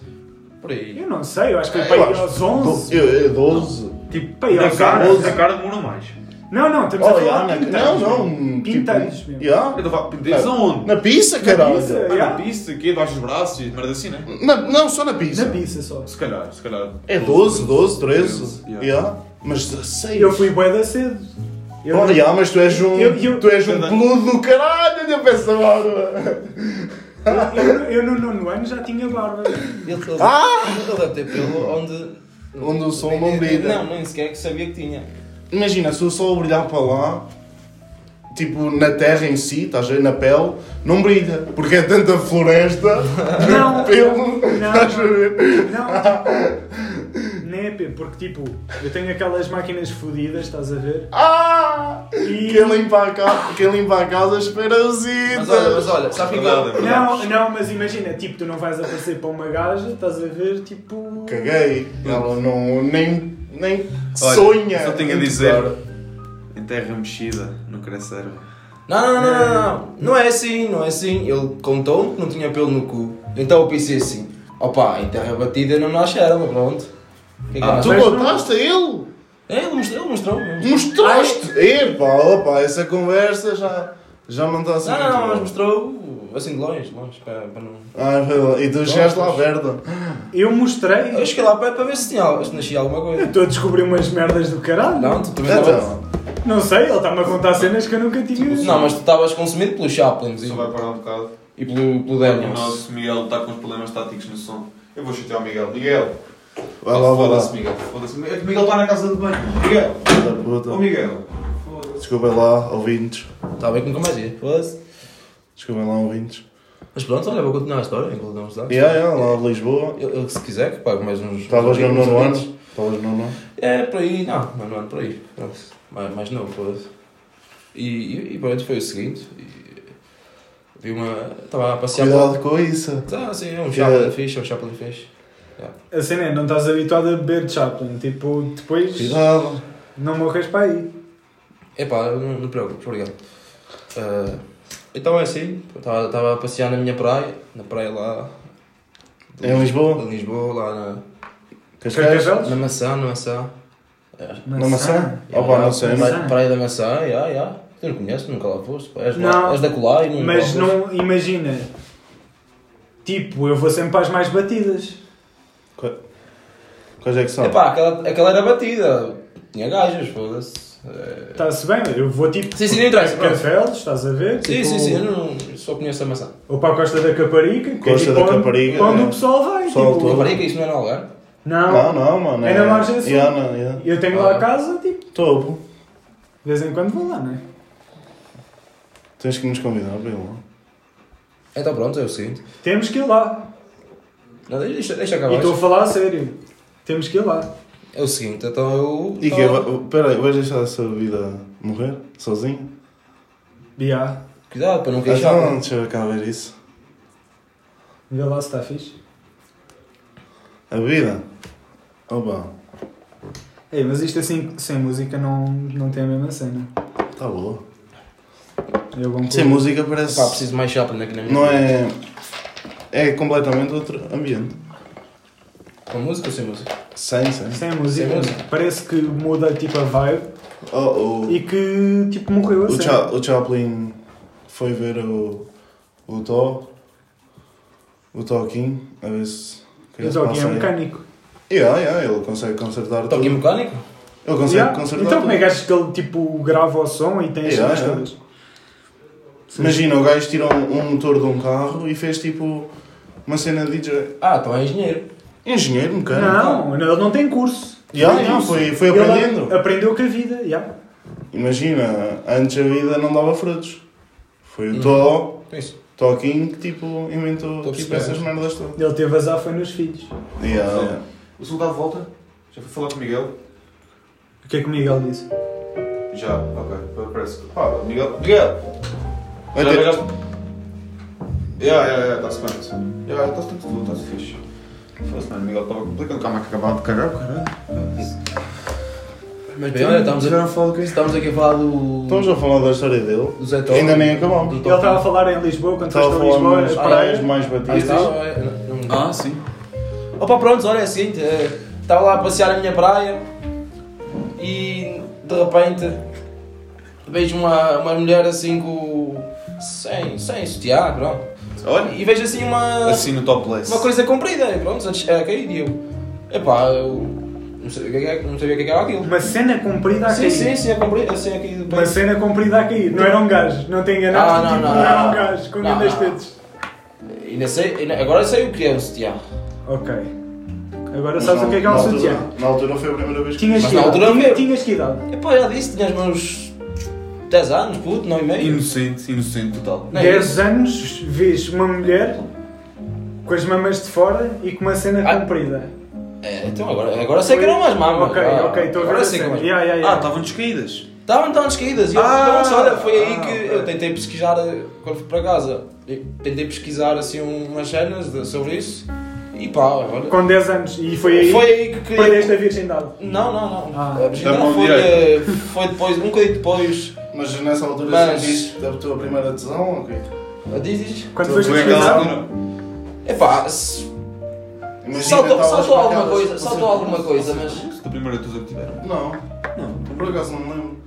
Speaker 4: Por aí.
Speaker 3: Eu não sei, eu acho que
Speaker 2: Eu
Speaker 3: eu pai
Speaker 2: acho.
Speaker 3: aos 11.
Speaker 2: Eu, eu, 12.
Speaker 3: Tipo, pai
Speaker 1: Na
Speaker 3: aos
Speaker 1: cara,
Speaker 3: 11.
Speaker 1: na cara demora mais.
Speaker 3: Não, não, estamos a
Speaker 2: Oh,
Speaker 3: é falar
Speaker 2: yeah,
Speaker 3: de
Speaker 2: na, não,
Speaker 3: pintados.
Speaker 2: não.
Speaker 3: Pintados
Speaker 2: tipo,
Speaker 3: mesmo.
Speaker 2: yeah.
Speaker 1: Eu tava pinteiros aonde?
Speaker 2: Na pizza, caralho.
Speaker 3: pizza,
Speaker 1: Ah, Na
Speaker 3: yeah.
Speaker 1: pista, aqui, debaixo dos braços e merda assim, né?
Speaker 2: Na- não, só na pizza.
Speaker 3: Na pizza só.
Speaker 1: Se calhar, se calhar.
Speaker 2: É 12, 12, 13.
Speaker 1: 13,
Speaker 2: Yeah.
Speaker 1: yeah.
Speaker 2: Mas 16.
Speaker 3: Eu fui bué da cedo. Eu
Speaker 2: Oh,
Speaker 3: não-
Speaker 2: yeah, mas tu és um,
Speaker 3: Eu- eu-
Speaker 2: tu és um
Speaker 1: Verdade.
Speaker 2: peludo do caralho, eu penso agora.
Speaker 3: Eu, eu no nono ano já tinha barba.
Speaker 4: Ele, ele, ele deve ter pelo Ah! onde.
Speaker 2: Onde o sol não brilha.
Speaker 4: Não, nem sequer que sabia que tinha.
Speaker 2: Imagina, se o sol brilhar para lá, tipo na terra em si, estás a ver, na pele, não brilha. Porque é tanta floresta,
Speaker 3: Não,
Speaker 2: pelo, estás a ver?
Speaker 3: não, tipo, nem é pelo, porque tipo, eu tenho aquelas máquinas fodidas, estás a ver?
Speaker 2: Ah!
Speaker 3: E-
Speaker 2: Quem limpa a casa, quem limpa a casa espera os
Speaker 4: Mas olha, mas olha, sabe o que é que
Speaker 1: Verdade,
Speaker 4: eu-
Speaker 1: é verdade.
Speaker 3: Não, não, mas imagina, tipo, tu não vais aparecer para uma gaja, estás a ver, tipo...
Speaker 2: Caguei. Ela não, nem, nem
Speaker 1: Olha,
Speaker 2: sonha.
Speaker 1: só tenho a
Speaker 2: em
Speaker 1: dizer.
Speaker 2: tocar.
Speaker 1: Em terra mexida, não cresce erva.
Speaker 4: Não, não, não, não, não, não. Não é assim, não é assim. Ele contou-me que não tinha pelo no cu. Então eu pensei assim: opá, em terra batida não nasce erva, pronto. O Que é que
Speaker 1: Ah,
Speaker 4: nasce?
Speaker 2: Tu
Speaker 3: Mas não-
Speaker 2: botaste a ele?
Speaker 4: É, ele mostrou, ele mostrou. Não,
Speaker 2: Mostraste? Epá, opa, essa conversa já, já não está a ser
Speaker 4: não, não, mas
Speaker 2: muito boa.
Speaker 4: mostrou assim de longe, de longe, para, para não.
Speaker 2: Ah, foi lá. e tu chegaste lá perto.
Speaker 3: Eu mostrei,
Speaker 4: Eu cheguei lá para, para ver se tinha se nascia alguma
Speaker 3: eu
Speaker 4: coisa.
Speaker 3: estou a descobrir umas merdas do caralho.
Speaker 4: Não, tu também estavas.
Speaker 2: Então,
Speaker 3: Não sei, ele está-me a contar cenas que eu nunca tinha visto.
Speaker 4: Tipo, Não, mas tu estavas consumido pelo Chaplins
Speaker 1: Só
Speaker 4: e,
Speaker 1: vai parar um bocado.
Speaker 4: e pelo, pelo
Speaker 1: O
Speaker 4: Daniels.
Speaker 1: nosso Miguel está com os problemas táticos no som. Eu vou chutear o Miguel. Miguel!
Speaker 2: vai lá, vai
Speaker 1: Foda-se,
Speaker 2: lá.
Speaker 1: Miguel. Foda-se. É que o Miguel está na casa de banho. Miguel!
Speaker 2: Filha da
Speaker 1: Ô,
Speaker 2: puta.
Speaker 1: Miguel!
Speaker 2: Desculpem lá, ouvintes.
Speaker 4: Está bem que nunca mais ia. Foda-se.
Speaker 2: Desculpem lá, ouvintes.
Speaker 4: Mas pronto, olha, vou continuar a história enquanto não está.
Speaker 2: E yeah, yeah, lá de Lisboa.
Speaker 4: Eu, eu, se quiser, que pago mais uns.
Speaker 2: Estavas no
Speaker 4: uns
Speaker 2: nono ano.
Speaker 4: ouvintes.
Speaker 2: Estavas no nono.
Speaker 4: É, por aí, não, mas não é por aí. Pronto, mais, mais novo, foda-se. E, e, e pronto, foi o seguinte. E, vi uma. Estava a passear
Speaker 2: Cuidado com isso.
Speaker 4: pela- Ah, sim, é um
Speaker 2: Que-
Speaker 4: Chaplin fixe, é um Chaplin fixe.
Speaker 3: A cena é, não estás habituado a beber Chaplin, tipo, depois
Speaker 2: Cuidado.
Speaker 3: não morres para aí.
Speaker 4: Epá, não, não te preocupes, obrigado. Ah, então é assim, estava estava a passear na minha praia, na praia lá. de
Speaker 2: Em Lisboa?
Speaker 4: Em Lisboa, lá
Speaker 2: Cascais?
Speaker 4: na, na maçã, na maçã. É,
Speaker 2: Na maçã?
Speaker 4: yeah,
Speaker 2: Opa, não
Speaker 4: yeah,
Speaker 2: sei.
Speaker 4: Praia,
Speaker 3: não-
Speaker 4: praia da maçã, já, já. Tu não conheces, nunca lá foste. pá, És, lá,
Speaker 3: Não,
Speaker 4: és da Colá e nunca lá
Speaker 3: Mas
Speaker 4: foste.
Speaker 3: não, imagina, tipo, eu vou sempre para as mais batidas.
Speaker 2: Qua- Quais é que são?
Speaker 4: Epá, aquela, aquela era batida. Tinha gajas, foda-se.
Speaker 5: Eh,
Speaker 3: Está-se bem, eu vou tipo.
Speaker 4: Sim, sim, não interessa, pronto.
Speaker 3: Cafeles, estás a ver?
Speaker 4: Sim,
Speaker 3: Tipo,
Speaker 4: sim, sim, eu não, só conheço a maçã.
Speaker 3: Ou para a Costa da Caparica, que é
Speaker 2: Costa
Speaker 3: tipo
Speaker 2: da
Speaker 3: onde-
Speaker 2: Caparica,
Speaker 3: onde
Speaker 2: é.
Speaker 3: o pessoal vai.
Speaker 2: Pessoal
Speaker 3: tipo,
Speaker 2: todo.
Speaker 4: Rapariga, isso não é no Algarve?
Speaker 3: não,
Speaker 2: Não, não, mano.
Speaker 3: É na margem sul.
Speaker 2: Yeah, não, yeah.
Speaker 3: Eu tenho lá
Speaker 4: Ah.
Speaker 3: a casa, tipo,
Speaker 2: Topo.
Speaker 3: de vez em quando vou lá, não é?
Speaker 2: Tens que nos convidar para ir lá.
Speaker 4: Então pronto, é o seguinte.
Speaker 3: Temos que ir lá.
Speaker 4: Não, deixa, deixa
Speaker 3: E
Speaker 4: acabar.
Speaker 3: estou a
Speaker 4: isto.
Speaker 3: falar a sério. Temos que ir lá.
Speaker 4: É o seguinte, então eu.
Speaker 2: E
Speaker 4: então-
Speaker 2: que, vai- pera aí, vais deixar essa vida morrer? Sozinho?
Speaker 3: Biá.
Speaker 4: Cuidado para não
Speaker 2: Ah,
Speaker 4: queixar.
Speaker 2: não, deixa eu cá ver isso.
Speaker 3: Vê lá se está fixe.
Speaker 2: A vida? Opa,
Speaker 3: Ei, mas isto assim, sem música, não, não tem a mesma cena.
Speaker 2: tá boa.
Speaker 3: Eu concordo.
Speaker 2: Sem música parece...
Speaker 4: Pá, preciso de mais chapa aqui na minha
Speaker 2: Não
Speaker 4: vida.
Speaker 2: é... É completamente outro ambiente.
Speaker 4: Com música ou sem música?
Speaker 2: Sem, sem.
Speaker 3: Sem música,
Speaker 4: Sem música.
Speaker 3: parece que muda tipo a vibe
Speaker 2: Oh, o,
Speaker 3: e que tipo morreu a
Speaker 2: o,
Speaker 3: cena.
Speaker 2: Cha- o Chaplin foi ver o, o Tó, o Toquinho, a ver se... que
Speaker 3: O
Speaker 2: se
Speaker 3: Toki é
Speaker 2: passa aí.
Speaker 3: mecânico.
Speaker 2: Yeah, yeah, ele consegue consertar
Speaker 4: Toque
Speaker 2: tudo.
Speaker 4: mecânico?
Speaker 2: Ele consegue
Speaker 3: Yeah.
Speaker 2: consertar
Speaker 3: Então como
Speaker 2: tudo.
Speaker 3: é que achas que ele tipo grava o som e tem as
Speaker 2: Yeah,
Speaker 3: cenas
Speaker 2: yeah.
Speaker 3: todas? Sim.
Speaker 2: Imagina, o gajo tirou um um motor de um carro e fez tipo uma cena de DJ.
Speaker 4: Ah, então é engenheiro.
Speaker 2: Engenheiro mecânico.
Speaker 3: Não, ele não tem curso.
Speaker 2: Yeah,
Speaker 3: Não,
Speaker 2: yeah, foi, foi
Speaker 3: Ele
Speaker 2: aprendendo.
Speaker 3: Aprendeu com a vida, yeah.
Speaker 2: Imagina, antes a vida não dava frutos. Foi o Tó,
Speaker 4: É Isso.
Speaker 2: Toquinho, que tipo
Speaker 4: Tô
Speaker 2: inventou tipo,
Speaker 4: a perceber.
Speaker 2: essas merdas todas.
Speaker 3: Ele teve azar foi nos filhos.
Speaker 2: Yeah, yeah.
Speaker 1: O soldado volta? Já foi falar com o Miguel?
Speaker 3: O que é que o Miguel disse?
Speaker 1: Já, ok. Parece que. Pá, Miguel. Miguel!
Speaker 2: Vai
Speaker 1: já
Speaker 2: ter-
Speaker 1: ligaste? Já, já, já, está-se bem. Já, está-se tudo, tudo, está-se fixe. Foda-se, mano, o Miguel estava complicado, calma, que acabava de cagar, caralho.
Speaker 4: Mas bem, olha, estamos, a,
Speaker 1: falo que
Speaker 4: estamos aqui a falar do.
Speaker 2: Estamos a falar da história dele.
Speaker 4: do Zé Tó.
Speaker 2: Então, Ainda nem acabamos.
Speaker 4: Do
Speaker 3: Ele estava a
Speaker 4: Tó.
Speaker 3: falar em Lisboa, quando
Speaker 2: Estava
Speaker 3: foste
Speaker 2: a
Speaker 3: a
Speaker 2: falar
Speaker 3: Lisboa,
Speaker 2: nas
Speaker 3: a
Speaker 4: Ah,
Speaker 2: praias
Speaker 3: praia.
Speaker 2: mais
Speaker 4: Ah, está,
Speaker 2: batidas.
Speaker 4: é, não- não-
Speaker 1: Ah, sim.
Speaker 4: Opa, pronto, olha, é o seguinte, eh, estava lá a passear na minha praia e de repente vejo uma, uma mulher assim com. sem, sem sutiã, pronto.
Speaker 1: Olha,
Speaker 4: E vejo assim uma.
Speaker 1: assim no topless.
Speaker 4: uma coisa comprida, e pronto, antes era cair e eu. Epá, eu. não sabia o que é- não sabia o que é que era aquilo.
Speaker 3: Uma cena comprida a
Speaker 4: Sim,
Speaker 3: cair.
Speaker 4: sim, sim, é comprida, assim aqui do
Speaker 1: é-
Speaker 3: Uma cena comprida a cair. Não era um gajo, não te enganaste,
Speaker 4: Ah, não,
Speaker 3: tipo,
Speaker 4: não,
Speaker 3: não,
Speaker 4: não.
Speaker 3: era um gajo, com
Speaker 4: Não,
Speaker 3: grandes
Speaker 4: não.
Speaker 3: tetas.
Speaker 4: Ainda sei, ainda- agora sei o que é um sutiã.
Speaker 3: Ok. Agora sabes o que é que é um
Speaker 2: Na altura-
Speaker 3: sutiã.
Speaker 2: Na altura foi a primeira vez que
Speaker 3: Tinhas
Speaker 4: Mas
Speaker 3: que
Speaker 4: na
Speaker 3: idade?
Speaker 4: altura
Speaker 3: Tinha-
Speaker 4: eu-
Speaker 3: Tinhas que idade?
Speaker 4: Epá, já disse, tinha os meus 10 anos, puto, 9 e meio.
Speaker 1: Inocente, inocente total.
Speaker 4: Não,
Speaker 3: 10 anos vês uma mulher com as mamas de fora e com uma cena
Speaker 4: Ah.
Speaker 3: comprida.
Speaker 4: É, então agora, agora sei que eram mais mamas.
Speaker 3: Ok,
Speaker 4: Ah,
Speaker 3: ok, estou a ver
Speaker 4: agora
Speaker 3: a
Speaker 4: sei que
Speaker 3: cena.
Speaker 4: eram mais
Speaker 3: Yeah, yeah,
Speaker 1: Ah,
Speaker 3: yeah.
Speaker 1: estavam descaídas.
Speaker 4: Estavam então descaídas. E eu,
Speaker 1: Ah,
Speaker 4: pronto, olha, foi aí
Speaker 1: ah,
Speaker 4: que
Speaker 1: ok.
Speaker 4: eu tentei pesquisar eh, quando fui para casa. Eu Tentei pesquisar assim umas cenas de- sobre isso. E pá, olha.
Speaker 3: Com 10 anos. E foi aí
Speaker 4: tá. Foi aí que
Speaker 3: que
Speaker 4: queria.
Speaker 3: perdeste a virgindade.
Speaker 4: Não, não, não.
Speaker 3: Ah.
Speaker 4: a virgindade
Speaker 2: Da mão
Speaker 4: foi,
Speaker 2: direita.
Speaker 4: eh, foi depois, um bocadinho depois.
Speaker 2: Mas nessa altura
Speaker 4: Mas-
Speaker 2: sentiste a tua primeira tesão ou quê?
Speaker 4: Ah, Diz, diz.
Speaker 3: Quando
Speaker 2: Tu
Speaker 3: foste
Speaker 1: Foi aquela
Speaker 3: virgindade,
Speaker 1: altura.
Speaker 4: Epá, se-
Speaker 2: Imagina,
Speaker 4: saltou, saltou
Speaker 2: estavas com
Speaker 4: alguma
Speaker 2: aquelas-
Speaker 4: coisa, saltou alguma coisa, mas.
Speaker 1: Foi a primeira tusa que tiveram.
Speaker 2: Não,
Speaker 1: Não.
Speaker 2: por acaso não me lembro.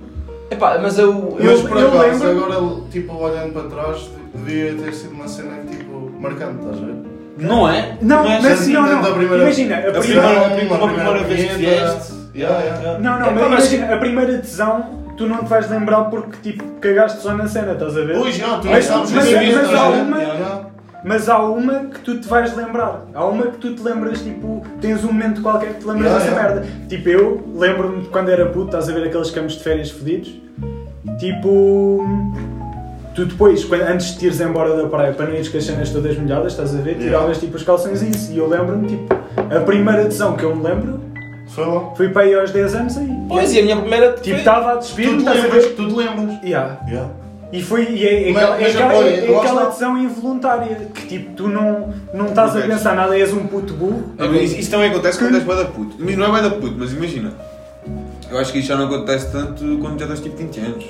Speaker 4: Epá, mas eu. eu
Speaker 2: Mas por
Speaker 3: eu
Speaker 2: acaso,
Speaker 3: lembro-
Speaker 2: agora, tipo, olhando para trás, devia ter sido uma cena, tipo, marcante, estás a ver?
Speaker 1: Não é?
Speaker 3: Não,
Speaker 1: é
Speaker 3: mas
Speaker 1: assim.
Speaker 3: sim, não, não.
Speaker 2: da primeira-
Speaker 3: Imagina, a
Speaker 1: A
Speaker 3: primeira.
Speaker 1: primeira,
Speaker 2: Não,
Speaker 1: a primeira,
Speaker 2: uma
Speaker 1: a primeira
Speaker 2: primeira
Speaker 1: vez que
Speaker 2: vinheta.
Speaker 1: vieste.
Speaker 2: Yeah, yeah.
Speaker 3: Não, não,
Speaker 4: É,
Speaker 3: mas
Speaker 4: mas-
Speaker 3: imagina, a primeira tesão tu não te vais lembrar porque tipo cagaste só na cena, estás a ver?
Speaker 2: Ui, já, tu
Speaker 3: Mas-
Speaker 2: não sabes o
Speaker 3: mas-
Speaker 2: que é
Speaker 3: mas
Speaker 2: isso,
Speaker 3: há
Speaker 2: estás a ver?
Speaker 3: uma-
Speaker 2: Yeah, yeah.
Speaker 3: Mas há uma que tu te vais lembrar. Há uma que tu te lembras, tipo, tens um momento qualquer que te lembras
Speaker 2: Yeah,
Speaker 3: dessa
Speaker 2: yeah.
Speaker 3: merda. Tipo, eu lembro-me de quando era puto, estás a ver aqueles campos de férias fodidos. Tipo. Tu depois, quando- antes de te ires embora da praia para não ires com as cenas todas molhadas, estás a ver?
Speaker 2: Yeah.
Speaker 3: Tiravas tipo os calções e isso. E eu lembro-me, tipo, a primeira tesão que eu me lembro
Speaker 2: Foi lá.
Speaker 3: foi para aí aos 10 anos aí.
Speaker 4: Pois, e a minha primeira.
Speaker 3: Tipo, estava a despir,
Speaker 2: Tu te
Speaker 3: estás a
Speaker 2: lembras,
Speaker 3: ver?
Speaker 2: tu te lembras.
Speaker 3: Yeah.
Speaker 2: Yeah.
Speaker 3: E foi e é, é
Speaker 2: Mas-
Speaker 3: aquela, é
Speaker 2: mas,
Speaker 3: aquela-
Speaker 2: olha,
Speaker 3: é
Speaker 2: lá
Speaker 3: aquela
Speaker 2: está.
Speaker 3: adesão involuntária que tipo, tu não, não estás a
Speaker 1: Não queres.
Speaker 3: pensar nada, és um puto burro.
Speaker 1: Não, É, mas isso, isso também acontece quando és bué da puto. Mas Não é bué da puto, mas imagina. Eu acho que isso já não acontece tanto quando já tens tipo 20 anos.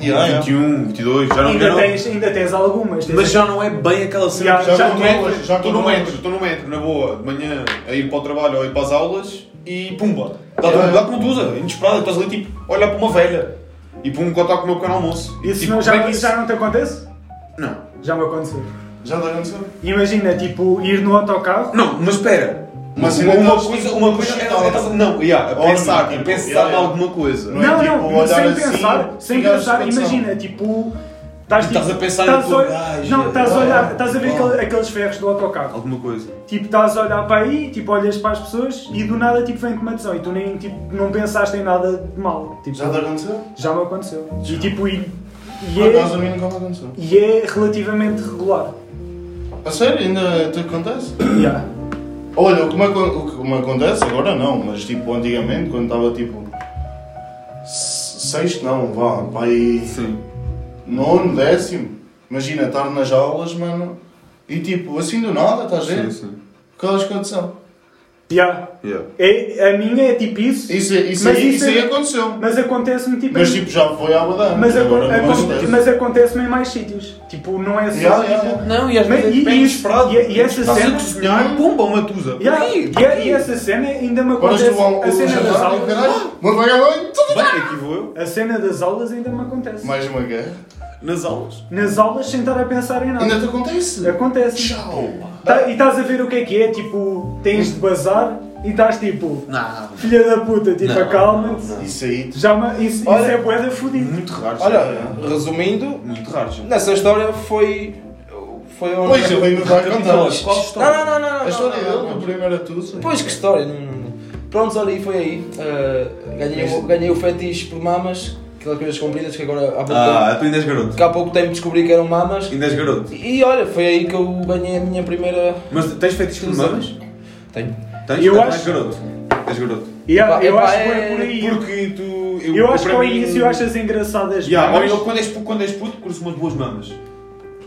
Speaker 2: Yeah, yeah.
Speaker 1: 21, 22, já não, já
Speaker 3: Ainda
Speaker 1: não
Speaker 3: tens, ainda tens algumas. Tens
Speaker 1: Mas já não é bem aquela cena.
Speaker 3: Já-
Speaker 1: que
Speaker 3: já
Speaker 1: tu
Speaker 2: controlas,
Speaker 1: entras-
Speaker 2: já é.
Speaker 1: tu não
Speaker 2: controlas.
Speaker 1: entras, tu não entras na boa de manhã a ir para o trabalho ou a ir para as aulas e pumba. Dá-te
Speaker 2: Yeah.
Speaker 1: um- dá-te uma tusa, inesperada. Estás ali tipo, olhar para uma velha e para um cotaco no meu pequeno almoço. E,
Speaker 3: isso
Speaker 1: tipo,
Speaker 3: não,
Speaker 1: como é
Speaker 3: já,
Speaker 1: que
Speaker 3: isso já não te acontece?
Speaker 1: Não.
Speaker 3: Já me aconteceu.
Speaker 2: Já te aconteceu?
Speaker 3: Imagina, tipo, ir no autocarro.
Speaker 1: Não, mas espera.
Speaker 2: Mas
Speaker 1: uma,
Speaker 2: ainda
Speaker 1: uma
Speaker 2: eles,
Speaker 1: coisa,
Speaker 2: tipo,
Speaker 1: uma coisa é-
Speaker 2: tal.
Speaker 1: é- é- não, yeah, a
Speaker 2: Óbvio,
Speaker 1: pensar,
Speaker 2: tipo,
Speaker 1: a pensar
Speaker 2: yeah,
Speaker 1: em
Speaker 2: yeah.
Speaker 1: alguma coisa.
Speaker 2: Não é
Speaker 3: Não,
Speaker 2: tipo
Speaker 3: não,
Speaker 2: olhar
Speaker 3: sem
Speaker 2: assim,
Speaker 3: pensar, sem
Speaker 2: ficares
Speaker 3: pensar,
Speaker 2: pensando.
Speaker 3: imagina, tipo. Estás,
Speaker 4: Estás a pensar no
Speaker 3: estás
Speaker 4: teu
Speaker 3: a-
Speaker 4: gajo.
Speaker 3: Não, estás a olhar, estás a ver
Speaker 4: Ah.
Speaker 3: aquele- aqueles ferros do autocarro.
Speaker 1: Alguma coisa.
Speaker 3: Tipo, estás a olhar para aí, tipo, olhas para as pessoas e do nada tipo, vem-te uma adesão e tu nem tipo, não pensaste em nada de mal. Tipo,
Speaker 2: Já te aconteceu?
Speaker 3: já me aconteceu. E tipo, e, e,
Speaker 2: Por acaso a
Speaker 3: é,
Speaker 2: mim nunca me aconteceu.
Speaker 3: e é relativamente regular.
Speaker 2: A sério, ainda te acontece?
Speaker 3: Yeah.
Speaker 2: Olha, o que, me, acon- o que me acontece agora não, mas tipo antigamente, quando estava tipo. se- Sexto não, vá, para aí.
Speaker 1: Sim.
Speaker 2: Nono, décimo. Imagina estar nas aulas, mano. E tipo, assim do nada, estás a
Speaker 1: Sim,
Speaker 2: ver?
Speaker 1: sim.
Speaker 2: Aquelas condição.
Speaker 3: Yeah.
Speaker 1: Yeah.
Speaker 3: É, a minha é tipo isso,
Speaker 2: Isso, isso,
Speaker 3: Mas
Speaker 2: aí,
Speaker 3: isso
Speaker 2: isso aí
Speaker 3: é-
Speaker 2: aconteceu.
Speaker 3: mas acontece-me tipo.
Speaker 2: Mas tipo, já foi há badana.
Speaker 3: mas, acon-
Speaker 2: agora não
Speaker 3: acon-
Speaker 2: acontece.
Speaker 3: mas acontece-me em mais sítios. Tipo, não é só.
Speaker 2: Yeah,
Speaker 3: tipo,
Speaker 2: yeah, yeah.
Speaker 4: Não, e às
Speaker 3: Mas-
Speaker 4: vezes
Speaker 3: e-
Speaker 4: é bem
Speaker 3: e-
Speaker 4: inesperado.
Speaker 3: e- e essa
Speaker 1: Estás
Speaker 3: cena-
Speaker 1: a cozinhar, pumba, uma tusa.
Speaker 3: Yeah,
Speaker 4: Por aí,
Speaker 3: e, a- e essa cena ainda me
Speaker 2: Agora é
Speaker 3: acontece.
Speaker 2: estou ao,
Speaker 3: A
Speaker 2: ao
Speaker 3: cena das
Speaker 2: jantar e o
Speaker 3: aulas.
Speaker 2: caralho. Uma vagabunda!
Speaker 1: Bem, aqui vou eu.
Speaker 3: A cena das aulas ainda me acontece.
Speaker 2: Mais uma guerra.
Speaker 1: Nas aulas.
Speaker 3: Nas aulas sem estar a pensar em
Speaker 2: Ainda
Speaker 3: nada.
Speaker 2: te acontece?
Speaker 3: É- Acontece.
Speaker 2: Tchau!
Speaker 3: Tá- e estás a ver o que é que é? Tipo, tens de bazar e estás tipo,
Speaker 1: Não.
Speaker 3: filha da puta, tipo,
Speaker 1: Não,
Speaker 3: acalma-te.
Speaker 2: Isso aí.
Speaker 3: Já me- isso, isso
Speaker 4: Olha-
Speaker 3: é boeda fodida.
Speaker 1: Muito raro. já.
Speaker 4: Olha, resumindo,
Speaker 1: Muito raro. já.
Speaker 4: nessa história foi. Foi onde.
Speaker 2: Pois, eu ainda vai contar.
Speaker 1: Qual
Speaker 4: Não,
Speaker 1: história?
Speaker 4: não, não, não, não.
Speaker 2: A história
Speaker 4: não, não,
Speaker 2: dele,
Speaker 4: não.
Speaker 2: do primeiro a tudo.
Speaker 4: Pois que história, não, não, não. Pronto, olha, e foi aí. Ah, ganhei, o, ganhei o fetiche por mamas, aquelas coisas compridas que agora há pouco,
Speaker 1: Ah, tu ainda és garoto.
Speaker 4: tempo, que há pouco tempo descobri que eram mamas.
Speaker 1: Ainda és garoto.
Speaker 4: E, e olha, foi aí que eu ganhei a minha primeira.
Speaker 1: Mas tens feito isto de
Speaker 4: Tusa.
Speaker 1: mamas?
Speaker 4: Tenho.
Speaker 1: Tens?
Speaker 3: Eu
Speaker 1: Então
Speaker 3: acho-
Speaker 1: És garoto. És garoto.
Speaker 3: Yeah,
Speaker 4: Pá,
Speaker 3: eu
Speaker 4: epá,
Speaker 3: acho que é
Speaker 4: é-
Speaker 3: por aí.
Speaker 1: Porque tu...
Speaker 3: eu, acho que
Speaker 1: para
Speaker 3: ao
Speaker 1: mim-
Speaker 3: início achas engraçadas.
Speaker 1: Yeah,
Speaker 3: mas-
Speaker 1: olha, quando és, puto- quando és puto, curso umas boas mamas.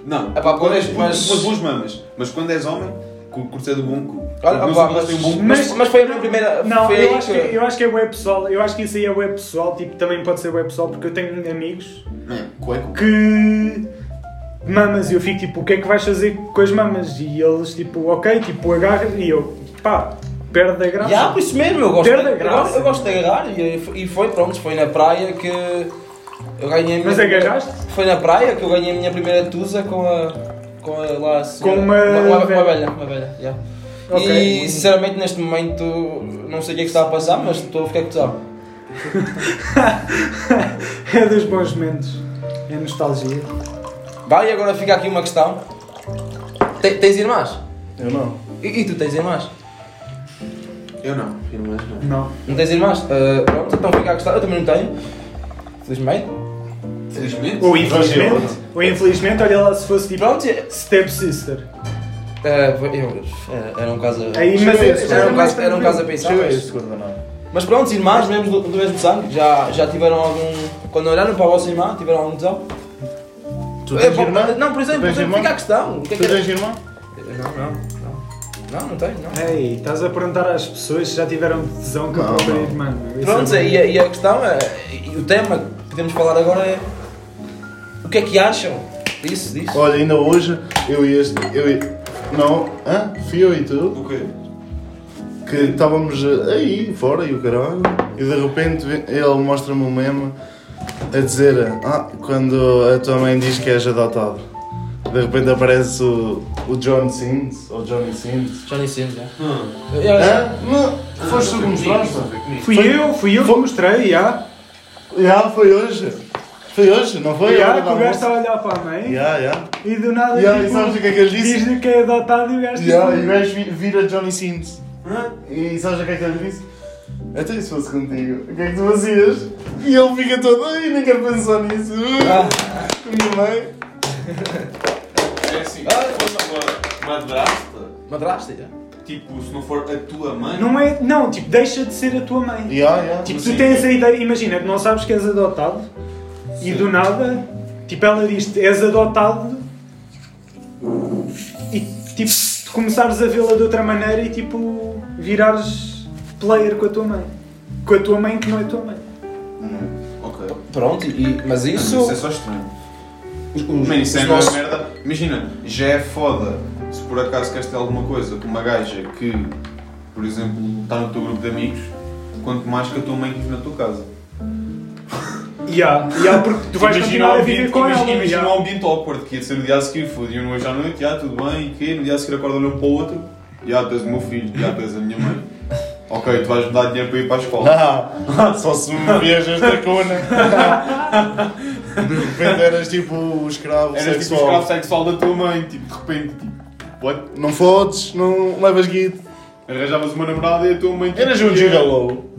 Speaker 1: Não,
Speaker 4: É pá,
Speaker 1: quando és
Speaker 4: pois,
Speaker 1: puto,
Speaker 4: mas-
Speaker 1: umas boas mamas. Mas quando és homem, cu- curto é do bom cu.
Speaker 4: Olha,
Speaker 1: Não
Speaker 4: opá,
Speaker 1: sei se tem um bom cu,
Speaker 4: mas- mas foi a minha primeira-
Speaker 3: Não,
Speaker 4: foi
Speaker 3: eu
Speaker 4: aí
Speaker 3: acho, que,
Speaker 4: que-
Speaker 3: eu acho que é web pessoal. Eu acho que isso aí é web pessoal. Tipo, também pode ser web pessoal, porque eu tenho amigos
Speaker 1: É, cueco.
Speaker 3: que. Mamas, e eu fico tipo, o que é que vais fazer com as mamas? E eles, tipo, ok, tipo, agarra. E eu, pá, perde a graça.
Speaker 4: Já, por isso mesmo, eu gosto,
Speaker 3: Perde a
Speaker 4: eu
Speaker 3: graça.
Speaker 4: gosto- eu gosto de agarrar e, e foi, pronto, foi na praia que eu ganhei a minha
Speaker 3: Mas
Speaker 4: primeira-
Speaker 3: agarraste?
Speaker 4: Foi na praia que eu ganhei a minha primeira tusa com a. com a lá a senhora-
Speaker 3: Com uma
Speaker 4: uma,
Speaker 3: velha.
Speaker 4: uma velha. Uma velha, já.
Speaker 3: Ok.
Speaker 4: E sinceramente neste momento não sei o que é que está a passar, mas estou a ficar pesado.
Speaker 3: É dos bons momentos. É nostalgia.
Speaker 4: Vai, agora fica aqui uma questão. Te- tens irmãs?
Speaker 2: Eu não.
Speaker 4: E, e tu tens irmãs?
Speaker 1: Eu não, irmãs não.
Speaker 3: Não.
Speaker 4: Não tens irmãs? Ah, pronto, então fica a questão. Eu também não tenho. Felizmente.
Speaker 1: Felizmente.
Speaker 3: Ou infelizmente, ou infelizmente, olha lá se fosse
Speaker 4: E
Speaker 3: tipo
Speaker 4: pronto, e-
Speaker 3: stepsister.
Speaker 4: ah, eu, é, era um caso.
Speaker 3: Aí, mas é,
Speaker 2: Chega esse,
Speaker 4: Era um caso, era um caso a
Speaker 2: Isso
Speaker 4: pensar.
Speaker 2: é
Speaker 4: mas-
Speaker 2: esse guardanapo.
Speaker 4: Mas pronto, irmãs mesmo do, do mesmo sangue, já, já tiveram algum. Quando olharam para a vossa irmã, tiveram algum tesão?
Speaker 2: Tu tens
Speaker 4: É,
Speaker 2: irmã?
Speaker 4: Não, por exemplo, por
Speaker 2: Tu tens
Speaker 4: exemplo
Speaker 2: irmã?
Speaker 4: fica a questão. O que é
Speaker 2: Tu
Speaker 4: que
Speaker 2: tens irmã?
Speaker 4: é? Não, não, não. Não, não tenho, não.
Speaker 3: Ei, estás a perguntar às pessoas se já tiveram tesão com a
Speaker 2: Não,
Speaker 3: própria
Speaker 2: não.
Speaker 3: irmã. Isso é
Speaker 4: Pronto,
Speaker 3: bom.
Speaker 4: e a, e a questão é. E o tema que podemos falar agora é. O que é que acham disso, disso?
Speaker 2: Olha, ainda hoje eu e este. Eu e. Não, hã? Fui eu e tu,
Speaker 1: O quê?
Speaker 2: que estávamos eh, aí fora e o caralho, e de repente vem- ele mostra-me um meme a dizer: Ah, quando a tua mãe diz que és adotado. De repente aparece o, o John Sins, ou Johnny Sins.
Speaker 4: Já nem sei, já.
Speaker 1: Hum.
Speaker 4: Eu acho-
Speaker 2: Hã? Não, foste tu que mostraste?
Speaker 3: Fui
Speaker 2: Foi-
Speaker 3: eu, fui eu que mostrei, já.
Speaker 2: Já, foi hoje. Foi hoje, não foi?
Speaker 3: Já,
Speaker 2: Agora
Speaker 3: que
Speaker 2: dá
Speaker 3: o gajo está
Speaker 2: almoço.
Speaker 3: a olhar para a mãe
Speaker 2: Já, já.
Speaker 3: e do nada
Speaker 2: Já, e
Speaker 3: tipo,
Speaker 2: sabes o que é que eles disse?
Speaker 3: diz-lhe que é adotado e o gajo
Speaker 2: Já, e o
Speaker 3: tipo,
Speaker 2: gajo vi- vira Johnny Sins. E sabes o que é que ele disse? Até se fosse contigo, o que é que tu fazias? E ele fica todo, ai, nem quero pensar nisso.
Speaker 4: Ah.
Speaker 2: Minha mãe.
Speaker 1: É assim,
Speaker 4: Ah.
Speaker 1: fosse uma
Speaker 4: é
Speaker 1: madrasta,
Speaker 4: Madrasta, já.
Speaker 1: tipo, se não for a tua mãe...
Speaker 3: Não é, não, tipo, deixa de ser a tua mãe.
Speaker 2: Já, já.
Speaker 3: Tipo,
Speaker 1: Sim.
Speaker 3: tu tens a ideia, imagina, tu não sabes que és adotado e do nada, tipo, ela diz-te, és adotado e tipo, tu começares a vê-la de outra maneira e tipo, virares player com a tua mãe. Com a tua mãe que não é tua mãe.
Speaker 1: Ok.
Speaker 4: Pronto, e, mas isso.
Speaker 1: Não, isso é só estranho. Man, isso é
Speaker 4: os
Speaker 1: uma
Speaker 4: nossos-
Speaker 1: merda. Imagina, já é foda se por acaso queres ter alguma coisa com uma gaja que, por exemplo, está no teu grupo de amigos, quanto mais que a tua mãe que vive na tua casa.
Speaker 3: E há, e há porque tu vais
Speaker 1: Imagina
Speaker 3: continuar
Speaker 1: o
Speaker 3: a viver
Speaker 1: ambiente-
Speaker 3: com
Speaker 1: imagina,
Speaker 3: ela.
Speaker 1: imagina
Speaker 3: já.
Speaker 1: um ambiente awkward que ia ser no dia a seguir, fodiam hoje à noite, já, tudo bem, e quê? No dia a seguir acordam um para o outro, Já, tu és o meu filho, já, tu és a minha mãe. Ok, tu vais me dar dinheiro para ir para a escola.
Speaker 2: Não, ah, só se me vias esta cona. De repente eras tipo o escravo
Speaker 1: Eras tipo o
Speaker 2: sexual.
Speaker 1: escravo sexual da tua mãe, tipo, de repente, tipo, what?
Speaker 2: Não fodes, não levas guido.
Speaker 1: Arranjavas uma namorada e a tua mãe... tipo,
Speaker 2: Eras um
Speaker 1: ia-
Speaker 2: gigolo,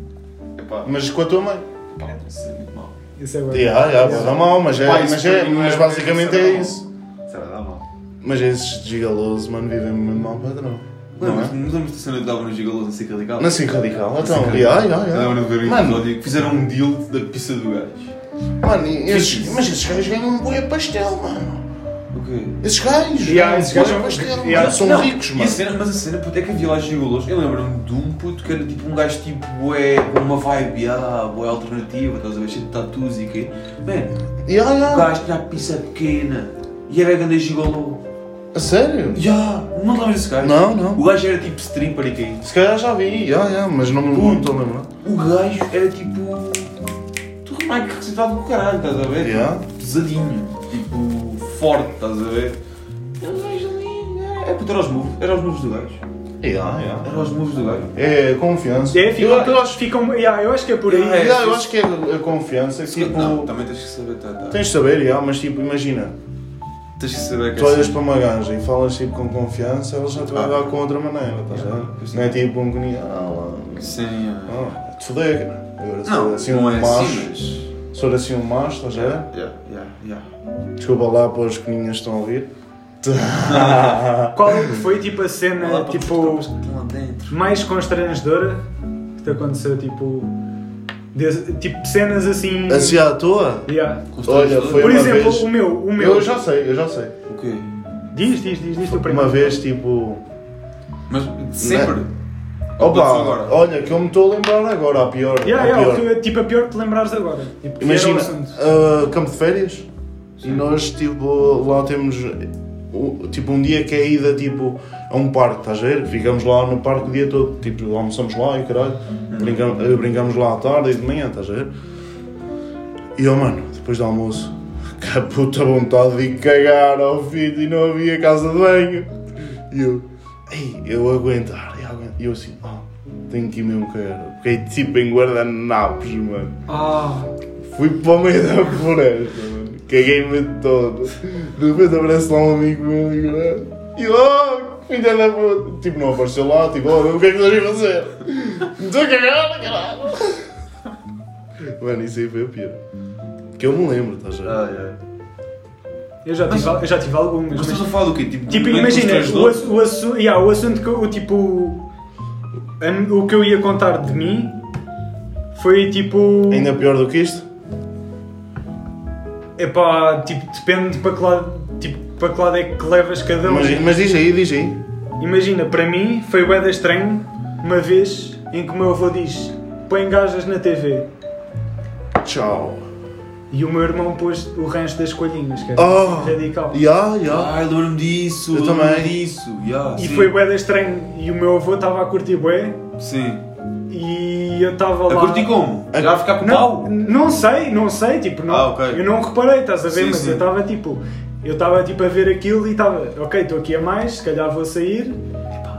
Speaker 1: Epá,
Speaker 2: mas com a tua mãe. ah,
Speaker 1: pá, isso é muito mau.
Speaker 3: Isso é bom.
Speaker 2: Yeah, yeah, bué da mal, mas, é,
Speaker 1: Pá, isso
Speaker 2: mas,
Speaker 1: para
Speaker 2: é,
Speaker 1: mim não
Speaker 2: mas
Speaker 1: é-
Speaker 2: basicamente
Speaker 1: isso é
Speaker 2: é
Speaker 1: mal.
Speaker 2: isso.
Speaker 1: Isso vai dar mal.
Speaker 2: Mas esses gigalos, mano, vivem mesmo mal padrão. Não
Speaker 1: Lembras-
Speaker 2: é?
Speaker 1: Não lembras da cena que dava nos gigolos na Cica Radical?
Speaker 2: Não assim radical, então.
Speaker 1: radical.
Speaker 2: Yeah, yeah, yeah.
Speaker 1: Lembro de ver um
Speaker 2: Mano.
Speaker 1: episódio que fizeram um deal da pizza do gajo.
Speaker 2: Mano, e esses,
Speaker 1: Fixe.
Speaker 2: mas esses gajos ganham um boi a pastel, mano.
Speaker 1: O quê?
Speaker 2: Esses gajos
Speaker 3: Yeah,
Speaker 2: ganham um
Speaker 3: esses
Speaker 2: bué a
Speaker 3: gajos-
Speaker 2: pastel,
Speaker 3: yeah.
Speaker 2: mano. São
Speaker 1: Não,
Speaker 2: ricos,
Speaker 1: E a
Speaker 2: mano.
Speaker 1: cena, mas a cena, puto, é que havia lá gigolos. Eu lembro-me de um puto que era tipo um gajo tipo, ué, com uma vibe, ah, boé alternativa, estás a ver, cheio de tatus e quê. Mano,
Speaker 2: Yeah,
Speaker 1: o
Speaker 2: yeah.
Speaker 1: gajo tinha a pizza pequena e era grande gigolô.
Speaker 2: A sério?
Speaker 1: Ya, não te lembras desse gajo?
Speaker 2: Não, não.
Speaker 1: O gajo era tipo stripper e quê.
Speaker 2: Se calhar já vi, yeah, yeah, mas não me
Speaker 1: Puto.
Speaker 2: não estou a lembrar.
Speaker 1: O gajo era tipo. Tu mais que recitado do caralho, estás a ver?
Speaker 2: é? Yeah.
Speaker 1: Pesadinho, tipo, forte, estás a ver? E o gajo ali, É, puto, era os moves, era os moves do gajo.
Speaker 2: Yeah, yeah.
Speaker 1: Era os moves do gajo.
Speaker 2: É confiança.
Speaker 3: É, ficam
Speaker 2: eu,
Speaker 3: todos, ficam. yeah, eu acho que é por aí.
Speaker 1: Yeah, é.
Speaker 2: yeah, eu acho que é a confiança. Tipo,
Speaker 1: Não, tá. também tens que saber tratar.
Speaker 2: tens de saber, yeah, mas tipo, imagina,
Speaker 1: Tens que saber que
Speaker 2: tu olhas
Speaker 1: assim.
Speaker 2: para uma ganja e falas tipo com confiança, ela já te vai
Speaker 1: Ah.
Speaker 2: dar com outra maneira, estás a
Speaker 1: Yeah, pois
Speaker 2: ver? Não é tipo um goni, ah, lá,
Speaker 1: Sim, é.
Speaker 2: ah, te fodei, cara. Agora, se for
Speaker 1: Não,
Speaker 2: assim
Speaker 1: não
Speaker 2: um
Speaker 1: é
Speaker 2: macho,
Speaker 1: assim,
Speaker 2: se for assim um macho, estás a ver?
Speaker 1: mas. Yeah, yeah, yeah.
Speaker 2: Desculpa lá para os coninhas que estão a ouvir.
Speaker 3: Qual foi tipo a cena
Speaker 1: Olha lá para os
Speaker 3: tipo,
Speaker 1: copas que estão lá dentro.
Speaker 3: mais constrangedora que te aconteceu? Tipo, de- tipo cenas assim.
Speaker 2: Assim à toa?
Speaker 3: Yeah.
Speaker 2: Olha, foi
Speaker 3: Por
Speaker 2: uma
Speaker 3: exemplo,
Speaker 2: vez-
Speaker 3: o meu. O meu.
Speaker 2: Eu já sei, eu já sei.
Speaker 1: O quê?
Speaker 3: Diz, diz, diz, diz tu primeiro.
Speaker 2: Uma vez, tipo,
Speaker 1: Mas sempre.
Speaker 2: Opa, olha, que eu me estou a lembrar agora, a pior.
Speaker 3: Yeah,
Speaker 2: a
Speaker 3: yeah,
Speaker 2: pior.
Speaker 3: o que- tipo a pior que te lembrares agora. Tipo, que era o
Speaker 2: Imagina,
Speaker 3: assunto.
Speaker 2: ah, campo de férias, e nós, tipo, lá temos, o- tipo, um dia que é ida, tipo, a um parque, estás a ver? Ficamos lá no parque o dia todo, tipo, almoçamos lá e o caralho,
Speaker 3: Uhum.
Speaker 2: brincam- eh, brincamos, lá à tarde e de manhã, estás a ver? E eu, mano, depois do almoço, que a puta vontade de ir cagar ao filho e não havia casa de banho. E eu, ei, eu aguentar, eu aguentar. E eu assim, oh, tenho que ir mesmo cagar. Fiquei tipo em guardanapos, mano.
Speaker 3: Ah,
Speaker 2: Fui para o meio da floresta, mano. Caguei-me todo. De repente aparece lá um amigo meu e eu, "Ah", e eu, oh, filha da puta. Tipo, não apareceu lá, tipo, oh, o que é que estás a fazer? Não Estou a cagar, caralho. Mano, isso aí foi o pior. Que eu me lembro, tá estás a ver?
Speaker 1: Ah,
Speaker 3: eu já tive, al- eu já tive algumas.
Speaker 1: Mas
Speaker 3: mas-
Speaker 1: estás a falar do quê? Tipo,
Speaker 3: Tipo,
Speaker 1: de momentos
Speaker 3: imagina, o,
Speaker 1: constrangedores?
Speaker 3: assu- o, assu- yeah, o assunto que eu, tipo. a- o que eu ia contar de mim foi tipo.
Speaker 2: Ainda pior do que isto?
Speaker 3: Epá, tipo, depende para que lado, tipo, para que lado é que levas cada um.
Speaker 2: Mas, mas diz aí, diz aí.
Speaker 3: Imagina, para mim foi bué da estranho uma vez em que o meu avô diz: põe gajas na TV.
Speaker 2: Tchau.
Speaker 3: E o meu irmão pôs o rancho das coelhinhas, que era
Speaker 2: Oh!
Speaker 3: radical.
Speaker 2: Ya, ya.
Speaker 1: Ah, eu lembro-me disso.
Speaker 2: Eu
Speaker 1: Eu também.
Speaker 2: também.
Speaker 1: disso. Yeah,
Speaker 3: E
Speaker 1: sim.
Speaker 3: foi bué da estranho. E o meu avô estava a curtir bué
Speaker 1: Sim.
Speaker 3: e eu estava
Speaker 1: A
Speaker 3: lá.
Speaker 1: curtir como?
Speaker 2: A-
Speaker 1: Já a ficar com
Speaker 3: Não,
Speaker 1: pau?
Speaker 3: não sei, não sei, tipo, não,
Speaker 1: Ah, ok.
Speaker 3: eu não reparei, estás a ver,
Speaker 1: Sim,
Speaker 3: mas
Speaker 1: sim.
Speaker 3: eu estava tipo, eu estava tipo a ver aquilo e estava, ok, estou aqui a mais, se calhar vou sair,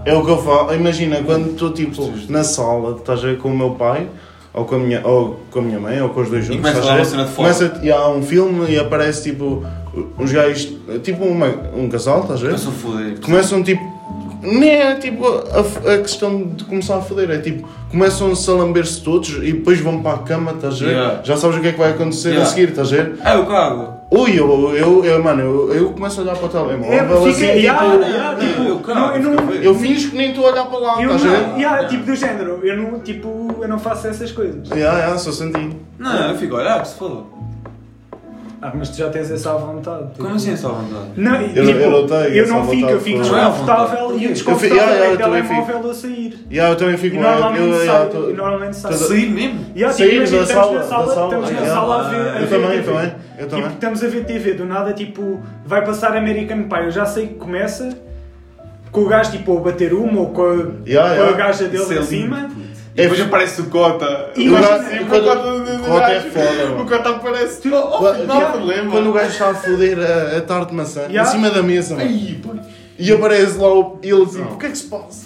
Speaker 2: É o que eu falo. Imagina, quando estou tipo na sala, estás a ver com o meu pai, ou com a minha, ou com a minha mãe, ou com os dois juntos.
Speaker 1: começa
Speaker 2: estás
Speaker 1: lá
Speaker 2: a ver?
Speaker 1: uma cena de fora.
Speaker 2: Começa- e há um filme e aparece tipo uns gajos, tipo uma, um casal, estás a ver?
Speaker 1: Eu sou foder.
Speaker 2: Começam tipo. Nem é tipo a, a questão de começar a foder, é tipo, começam-se a lamber-se todos e depois vão para a cama, estás a ver?
Speaker 1: Yeah.
Speaker 2: Já sabes o que é que vai acontecer
Speaker 1: Yeah.
Speaker 2: a seguir, estás a ver?
Speaker 1: Ah, eu cago.
Speaker 2: Ui, eu, eu, eu, mano, eu, eu começo a olhar para o telemóvel.
Speaker 3: é,
Speaker 2: assim,
Speaker 3: fica,
Speaker 2: tipo,
Speaker 3: yeah,
Speaker 1: não,
Speaker 3: yeah,
Speaker 1: não,
Speaker 3: tipo,
Speaker 1: eu
Speaker 3: não,
Speaker 1: cago,
Speaker 3: eu não,
Speaker 1: fica bem.
Speaker 2: eu finjo que nem estou a olhar para lá,
Speaker 3: eu
Speaker 2: estás a ver?
Speaker 3: não, yeah, tipo do género, eu não, tipo, eu não faço essas coisas.
Speaker 2: Ya, ya, sou santinho.
Speaker 1: Não, eu fico, olha, ah, que se foda.
Speaker 3: Ah, mas tu já tens essa à vontade. tipo.
Speaker 1: Como assim é essa vontade?
Speaker 3: Não, eu, tipo,
Speaker 2: eu não tenho
Speaker 3: eu
Speaker 2: essa
Speaker 3: não fico,
Speaker 2: vontade,
Speaker 3: eu fico
Speaker 2: não.
Speaker 3: desconfortável e o
Speaker 1: Eu
Speaker 2: fico-
Speaker 3: desconfortável
Speaker 2: yeah, yeah,
Speaker 3: é o
Speaker 2: eu também
Speaker 3: telemóvel a sair.
Speaker 2: Ya, eu também fico
Speaker 3: E
Speaker 2: mal. Eu,
Speaker 3: normalmente
Speaker 2: eu,
Speaker 3: sai,
Speaker 2: eu, tô-
Speaker 3: e normalmente sai.
Speaker 1: Sair mesmo?
Speaker 3: Yeah,
Speaker 2: Saímos
Speaker 3: tipo, imagina,
Speaker 2: da
Speaker 3: estamos na
Speaker 2: sala, da
Speaker 3: sala,
Speaker 2: sala,
Speaker 3: estamos na
Speaker 1: yeah.
Speaker 3: sala a ver. a
Speaker 1: Eu
Speaker 3: ver
Speaker 2: também,
Speaker 3: TV.
Speaker 2: eu também, eu também.
Speaker 3: Tipo, estamos a ver TV, do nada, tipo, vai passar American Pie. Eu já sei que começa com o gajo, tipo, a bater uma ou com a,
Speaker 2: Yeah,
Speaker 3: com a
Speaker 2: yeah.
Speaker 1: Isso
Speaker 3: gaja
Speaker 1: é
Speaker 3: dele em
Speaker 1: lindo,
Speaker 3: cima.
Speaker 1: puto. E depois
Speaker 2: É-
Speaker 1: aparece o Cota.
Speaker 3: E
Speaker 1: o
Speaker 3: quando-
Speaker 1: gajo assim, o
Speaker 2: quando-
Speaker 1: Cota do- do- do
Speaker 2: Cota é
Speaker 1: gajo.
Speaker 2: foda, mano.
Speaker 1: O Cota aparece. tipo,
Speaker 2: Qua-
Speaker 1: Oh, não há
Speaker 2: yeah.
Speaker 1: problema.
Speaker 2: Quando o gajo está a foder a, a tarde de maçã,
Speaker 3: Ya.
Speaker 2: em cima da mesa, mano.
Speaker 1: Ai, pô.
Speaker 2: E aparece lá o, ele tipo, o que é que se passa?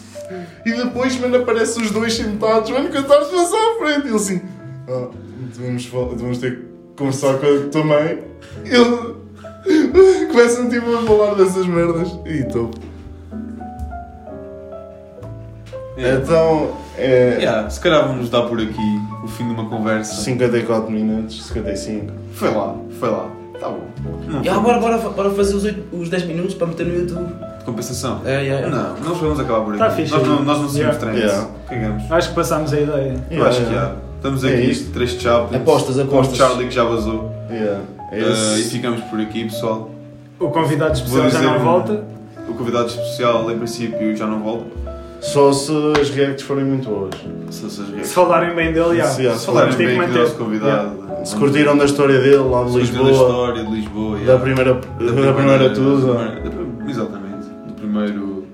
Speaker 2: E depois, mano, aparecem os dois sentados, mano, cantares passar à frente. E ele assim, ah, devemos, fal- devemos ter que conversar com a tua mãe. E ele começa-me tipo a falar dessas merdas. E estou.
Speaker 1: É.
Speaker 2: Então, é.
Speaker 1: tá. Yeah, se calhar vamos dar por aqui o fim de uma conversa.
Speaker 2: 54 minutos, 55.
Speaker 1: Foi lá, foi lá. Tá bom. Não,
Speaker 4: E agora bora, bora fazer os, oito- os 10 minutos para meter no YouTube.
Speaker 1: foi- Compensação.
Speaker 4: É, é, é.
Speaker 1: Não, nós vamos acabar por aqui.
Speaker 3: Tá fixe.
Speaker 1: nós, não, nós não seguimos
Speaker 3: Yeah.
Speaker 1: trends.
Speaker 2: Yeah.
Speaker 1: Cagamos.
Speaker 3: Acho que passámos a ideia.
Speaker 1: Eu acho que já. Estamos
Speaker 2: É
Speaker 1: aqui,
Speaker 2: isto.
Speaker 1: três chapas.
Speaker 4: Apostas, apostas.
Speaker 1: Com o Charlie que já vazou.
Speaker 2: Yeah. É
Speaker 1: Ah, e
Speaker 2: esse.
Speaker 1: ficamos por aqui, pessoal.
Speaker 3: O convidado especial
Speaker 1: Vou
Speaker 3: já
Speaker 1: dizer
Speaker 3: não
Speaker 1: um-
Speaker 3: volta.
Speaker 1: O convidado especial, em princípio, já não volta.
Speaker 2: Só se as reacts forem muito boas.
Speaker 1: Se, se,
Speaker 3: Se falarem bem dele, já.
Speaker 2: Se- se
Speaker 1: se
Speaker 3: Vamos
Speaker 1: falarem
Speaker 3: ter que
Speaker 1: bem aqui do
Speaker 3: manter.
Speaker 1: nosso convidado. né?
Speaker 2: Se curtiram da história dele lá de
Speaker 1: Se curtiram da
Speaker 2: Lisboa,
Speaker 1: história de Lisboa.
Speaker 2: da
Speaker 1: yeah.
Speaker 2: primeira, da primeira né? tusa.
Speaker 1: da prim- Exatamente. Do primeiro...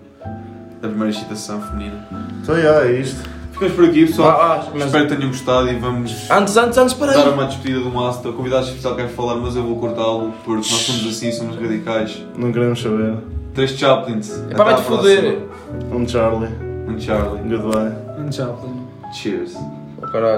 Speaker 1: Da primeira excitação feminina.
Speaker 2: Então, yeah, é isto.
Speaker 1: Ficamos por aqui, pessoal.
Speaker 4: Ah, ah, mas- Ah,
Speaker 1: Espero que tenham gostado e vamos...
Speaker 4: Antes, antes, antes, para
Speaker 1: Dar
Speaker 4: aí.
Speaker 1: uma despedida do Master, o convidado especial quer falar, mas eu vou cortá-lo, porque nós somos assim, somos radicais.
Speaker 2: Não queremos saber.
Speaker 1: Três Chaplins.
Speaker 4: Epá,
Speaker 1: Até à
Speaker 4: vai-te foder.
Speaker 1: próxima.
Speaker 2: Um Charlie.
Speaker 1: Um Charlie.
Speaker 2: Goodbye.
Speaker 3: Tchau.
Speaker 1: Cheers.
Speaker 5: Oh, caralho.